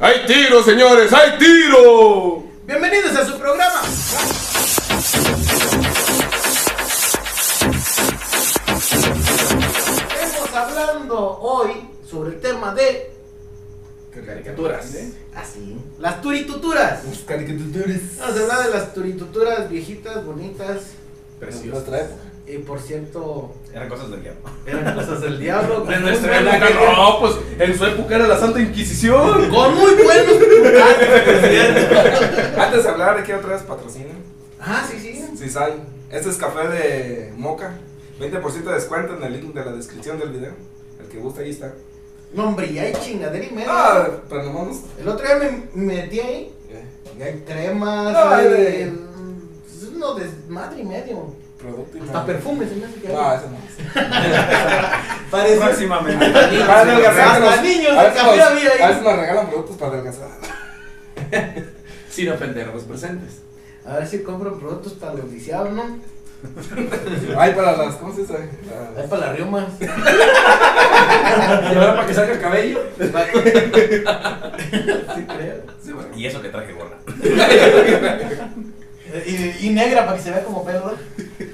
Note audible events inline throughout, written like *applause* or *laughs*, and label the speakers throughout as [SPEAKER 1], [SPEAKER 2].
[SPEAKER 1] ¡Hay tiro, señores! ¡Hay tiro!
[SPEAKER 2] Bienvenidos a su programa. Estamos hablando hoy sobre el tema de caricaturas. Así. Las turituturas.
[SPEAKER 3] Las caricaturas.
[SPEAKER 2] Vamos a hablar de las turituturas viejitas, bonitas.
[SPEAKER 3] De nuestra época.
[SPEAKER 2] Y por cierto,
[SPEAKER 4] Eran cosas del diablo.
[SPEAKER 2] eran cosas del diablo.
[SPEAKER 4] De
[SPEAKER 2] con
[SPEAKER 4] nuestra
[SPEAKER 2] muy buena
[SPEAKER 4] época,
[SPEAKER 2] calidad.
[SPEAKER 4] no, pues en su época era la Santa Inquisición.
[SPEAKER 2] *laughs* Con muy buenos puntales.
[SPEAKER 3] Antes de hablar, aquí otra vez patrocina.
[SPEAKER 2] Ah, sí, sí.
[SPEAKER 3] Sisal. Este es café de moca. 20% de descuento en el link de la descripción del video. El que gusta, ahí está.
[SPEAKER 2] No, hombre, y hay chingadera y media.
[SPEAKER 3] Ah, pero no vamos.
[SPEAKER 2] El otro día me me metí ahí.
[SPEAKER 3] eh,
[SPEAKER 2] Y hay cremas.
[SPEAKER 3] No,
[SPEAKER 2] hay-
[SPEAKER 3] de-
[SPEAKER 2] Es uno de madre y medio.
[SPEAKER 3] Producto y
[SPEAKER 2] Hasta perfume se me hace que hay.
[SPEAKER 3] No, eso no.
[SPEAKER 2] Parece-
[SPEAKER 4] *laughs* Próximamente.
[SPEAKER 3] Para adelgazar.
[SPEAKER 2] Hasta
[SPEAKER 3] nos-
[SPEAKER 2] niños,
[SPEAKER 3] a veces
[SPEAKER 2] café
[SPEAKER 3] nos-
[SPEAKER 2] había ahí.
[SPEAKER 3] A veces nos regalan productos para adelgazar.
[SPEAKER 4] Sin ofender a los presentes.
[SPEAKER 2] A ver si compran productos para los viciados, ¿no?
[SPEAKER 3] Ay, para las. ¿Cómo se dice? Ah,
[SPEAKER 2] Es
[SPEAKER 3] Las-
[SPEAKER 2] para las riomas.
[SPEAKER 4] ¿Y ahora para que salga el cabello?
[SPEAKER 2] Sí, creo.
[SPEAKER 3] Sí, bueno.
[SPEAKER 4] Y eso que traje gorra.
[SPEAKER 2] Y, y negra para que se vea como pelo.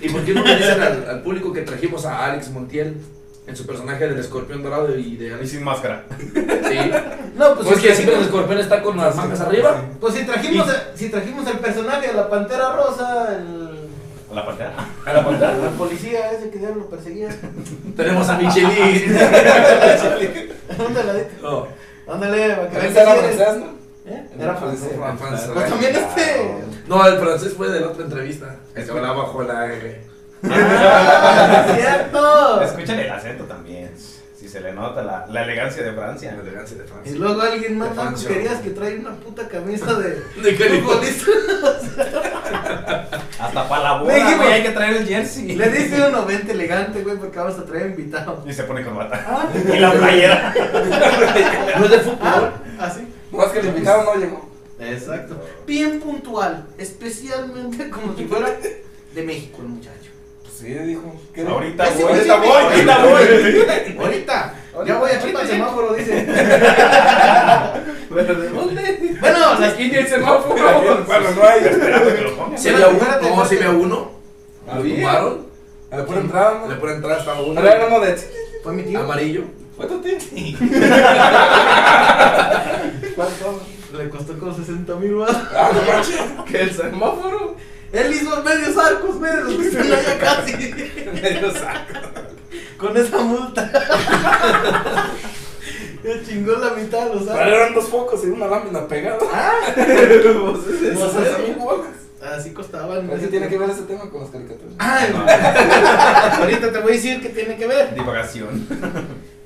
[SPEAKER 5] ¿Y por qué no le dicen al, al público que trajimos a Alex Montiel en su personaje del escorpión dorado y de
[SPEAKER 4] Y
[SPEAKER 5] Alex?
[SPEAKER 4] sin máscara.
[SPEAKER 5] Sí.
[SPEAKER 2] No, pues,
[SPEAKER 5] Pues es
[SPEAKER 2] si,
[SPEAKER 5] que siempre el
[SPEAKER 2] trajimos,
[SPEAKER 5] escorpión está con las mangas arriba.
[SPEAKER 2] pues si trajimos, a- si trajimos el personaje de la pantera rosa, el,
[SPEAKER 4] A la pantalla.
[SPEAKER 5] A la pantalla.
[SPEAKER 2] el policía ese que ya lo perseguía. *laughs*
[SPEAKER 5] Tenemos a Michelin. Oh,
[SPEAKER 2] Ándale,
[SPEAKER 5] No.
[SPEAKER 2] ándale, para que
[SPEAKER 3] También
[SPEAKER 2] vean
[SPEAKER 3] era
[SPEAKER 2] quién eres.
[SPEAKER 3] francés, ¿no?
[SPEAKER 2] ¿Eh? Era francés.
[SPEAKER 3] Era francés.
[SPEAKER 2] Pues también este.
[SPEAKER 5] No, el francés fue de la otra entrevista. Este, El que hablaba bajo la R.
[SPEAKER 2] *laughs* Ah, es cierto.
[SPEAKER 4] Escuchen el acento también. Si se le nota la, la elegancia de Francia.
[SPEAKER 5] La elegancia de Francia.
[SPEAKER 2] Y luego alguien más
[SPEAKER 5] De
[SPEAKER 2] no
[SPEAKER 5] Pancho.
[SPEAKER 2] querías que trae una puta camisa de
[SPEAKER 5] De
[SPEAKER 2] futbolista.
[SPEAKER 4] Hasta para la
[SPEAKER 2] Le
[SPEAKER 4] boda,
[SPEAKER 2] dijimos-
[SPEAKER 4] güey, hay que traer el jersey.
[SPEAKER 2] *laughs* Le dice uno, vente elegante, güey, porque vamos a traer invitado.
[SPEAKER 4] Y se pone corbata.
[SPEAKER 2] Ah,
[SPEAKER 4] Y la playera.
[SPEAKER 5] No es de fútbol.
[SPEAKER 2] ah, así.
[SPEAKER 3] No, es que el invitado no llegó.
[SPEAKER 2] Exacto. Bien puntual, especialmente como si fuera de México el muchacho.
[SPEAKER 3] Pues sí, dijo. ¿qué era?
[SPEAKER 4] Ahorita
[SPEAKER 2] Ese
[SPEAKER 4] voy.
[SPEAKER 2] güey
[SPEAKER 4] Ahorita
[SPEAKER 2] sí me-
[SPEAKER 4] voy. Ahorita
[SPEAKER 3] *laughs*
[SPEAKER 4] voy. *laughs*
[SPEAKER 2] *laughs* Ahorita, ¿eh? ya voy a chupar el semáforo, dice.
[SPEAKER 5] ¿Dónde?
[SPEAKER 2] Bueno,
[SPEAKER 5] La
[SPEAKER 2] las-
[SPEAKER 5] esquina del
[SPEAKER 3] pues,
[SPEAKER 5] semáforo.
[SPEAKER 3] Bueno, no hay.
[SPEAKER 4] Esperando que lo pongan.
[SPEAKER 5] Se me uno. No, se me uno. Lo
[SPEAKER 3] Bien.
[SPEAKER 5] tumbaron.
[SPEAKER 3] A la pura entrada,
[SPEAKER 5] Le
[SPEAKER 3] ¿no?
[SPEAKER 5] pueden entrar hasta uno.
[SPEAKER 3] Pero era uno de. ch-
[SPEAKER 2] fue mi tío.
[SPEAKER 5] Amarillo.
[SPEAKER 3] ¿Cuánto tiene? ¿Cuánto?
[SPEAKER 2] Le costó como 60 mil baros.
[SPEAKER 3] Ah, no manches. *laughs*
[SPEAKER 5] Que el semáforo.
[SPEAKER 2] Él hizo medios arcos, miren, los que *laughs* están allá casi.
[SPEAKER 3] Medio *laughs* saco.
[SPEAKER 2] Con esa multa. *laughs* Le chingó la mitad de los
[SPEAKER 3] Pero
[SPEAKER 2] arcos.
[SPEAKER 3] eran dos focos y una lámina pegada. *laughs*
[SPEAKER 2] Ah,
[SPEAKER 3] Pues es
[SPEAKER 2] Pues
[SPEAKER 3] eso,
[SPEAKER 2] es
[SPEAKER 3] son
[SPEAKER 2] eso.
[SPEAKER 3] focos.
[SPEAKER 2] así costaban.
[SPEAKER 3] ¿Pero qué tiene que ver ese tema con las caricaturas?
[SPEAKER 2] Ay, ahorita te voy a decir que tiene que ver.
[SPEAKER 4] Divagación.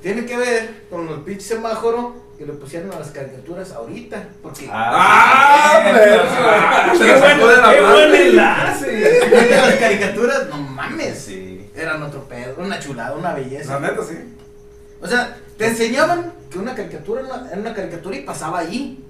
[SPEAKER 2] Tiene que ver con los pinches semáforos que le pusieron a las caricaturas ahorita. Porque
[SPEAKER 4] Ah,
[SPEAKER 3] pero-
[SPEAKER 4] ah,
[SPEAKER 5] Se
[SPEAKER 4] qué
[SPEAKER 5] la sacó de
[SPEAKER 4] bueno,
[SPEAKER 5] la
[SPEAKER 4] qué
[SPEAKER 5] mano.
[SPEAKER 4] buen enlace.
[SPEAKER 2] Antes *laughs* las caricaturas, no mames.
[SPEAKER 4] Sí.
[SPEAKER 2] Eran otro pedo, una chulada, una
[SPEAKER 3] La
[SPEAKER 2] belleza.
[SPEAKER 3] neta, sí.
[SPEAKER 2] O sea, te enseñaban que una caricatura era una, era una caricatura y pasaba ahí.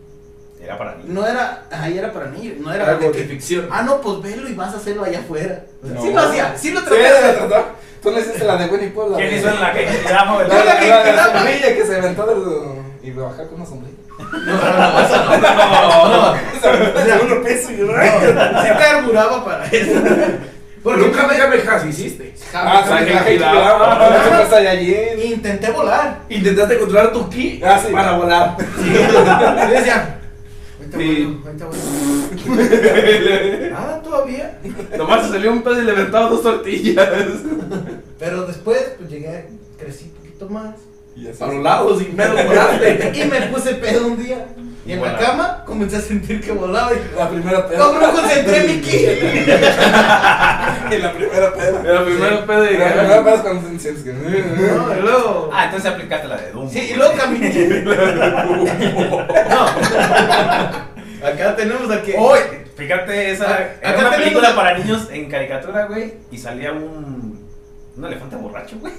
[SPEAKER 4] Era para mí.
[SPEAKER 2] No era, ahí era para mí, no era de
[SPEAKER 5] Algo
[SPEAKER 2] que-
[SPEAKER 5] de ficción.
[SPEAKER 2] Ah, no, pues velo y vas a hacerlo allá afuera. O sea,
[SPEAKER 4] No.
[SPEAKER 2] Sí lo hacía, sí lo
[SPEAKER 3] Sí, la
[SPEAKER 2] traía.
[SPEAKER 3] trató. Tú le hiciste la de Winnie Pooh. la
[SPEAKER 4] ¿Quién
[SPEAKER 3] de-
[SPEAKER 4] hizo en la que tiramos
[SPEAKER 3] La,
[SPEAKER 4] el
[SPEAKER 3] la,
[SPEAKER 2] Yo la
[SPEAKER 3] que
[SPEAKER 2] que
[SPEAKER 3] la de la
[SPEAKER 2] quitaba.
[SPEAKER 3] sombrilla que se aventó del. Y bajaba con una sombrilla.
[SPEAKER 2] No, no, no, eso no.
[SPEAKER 4] No,
[SPEAKER 3] *laughs* Se aventó *laughs* de uno peso y
[SPEAKER 2] Sí carburaba para eso. Porque
[SPEAKER 5] Nunca
[SPEAKER 2] nunca
[SPEAKER 5] me abejas hiciste.
[SPEAKER 3] Ah,
[SPEAKER 2] jamás
[SPEAKER 3] sí, que la gente
[SPEAKER 5] giraba.
[SPEAKER 3] giraba. Ah, ¿qué pasa allí?
[SPEAKER 2] intenté volar.
[SPEAKER 5] Intentaste controlar tu ki
[SPEAKER 3] Ah, sí.
[SPEAKER 5] para volar.
[SPEAKER 2] Yo decía, ahorita
[SPEAKER 5] Sí.
[SPEAKER 2] vuelo, ahorita vuelo. Ah, todavía.
[SPEAKER 5] Nomás se salió un pedo y le aventaba dos tortillas.
[SPEAKER 2] Pero después, pues llegué, crecí un poquito más.
[SPEAKER 3] Y así.
[SPEAKER 5] Para los lados y menos volaste.
[SPEAKER 2] Y me puse pedo un día. Y en la
[SPEAKER 4] Volaba.
[SPEAKER 2] cama comencé a sentir que volaba. Y,
[SPEAKER 3] La primera peda.
[SPEAKER 2] ¿Cómo no concentré mi ki?
[SPEAKER 3] Y la primera peda.
[SPEAKER 5] Era primero pedo
[SPEAKER 3] La
[SPEAKER 5] y
[SPEAKER 3] primera peda es cuando se sientes que-
[SPEAKER 2] No, y luego.
[SPEAKER 4] Ah, entonces aplicaste la de Doom.
[SPEAKER 2] Sí, *laughs* y luego caminé. No. *laughs* Acá tenemos a que.
[SPEAKER 4] Hoy, fíjate, esa
[SPEAKER 2] Ah,
[SPEAKER 4] era
[SPEAKER 2] acá
[SPEAKER 4] una
[SPEAKER 2] tenemos
[SPEAKER 4] película
[SPEAKER 2] la-
[SPEAKER 4] para niños en caricatura, güey, y salía un un elefante borracho, güey.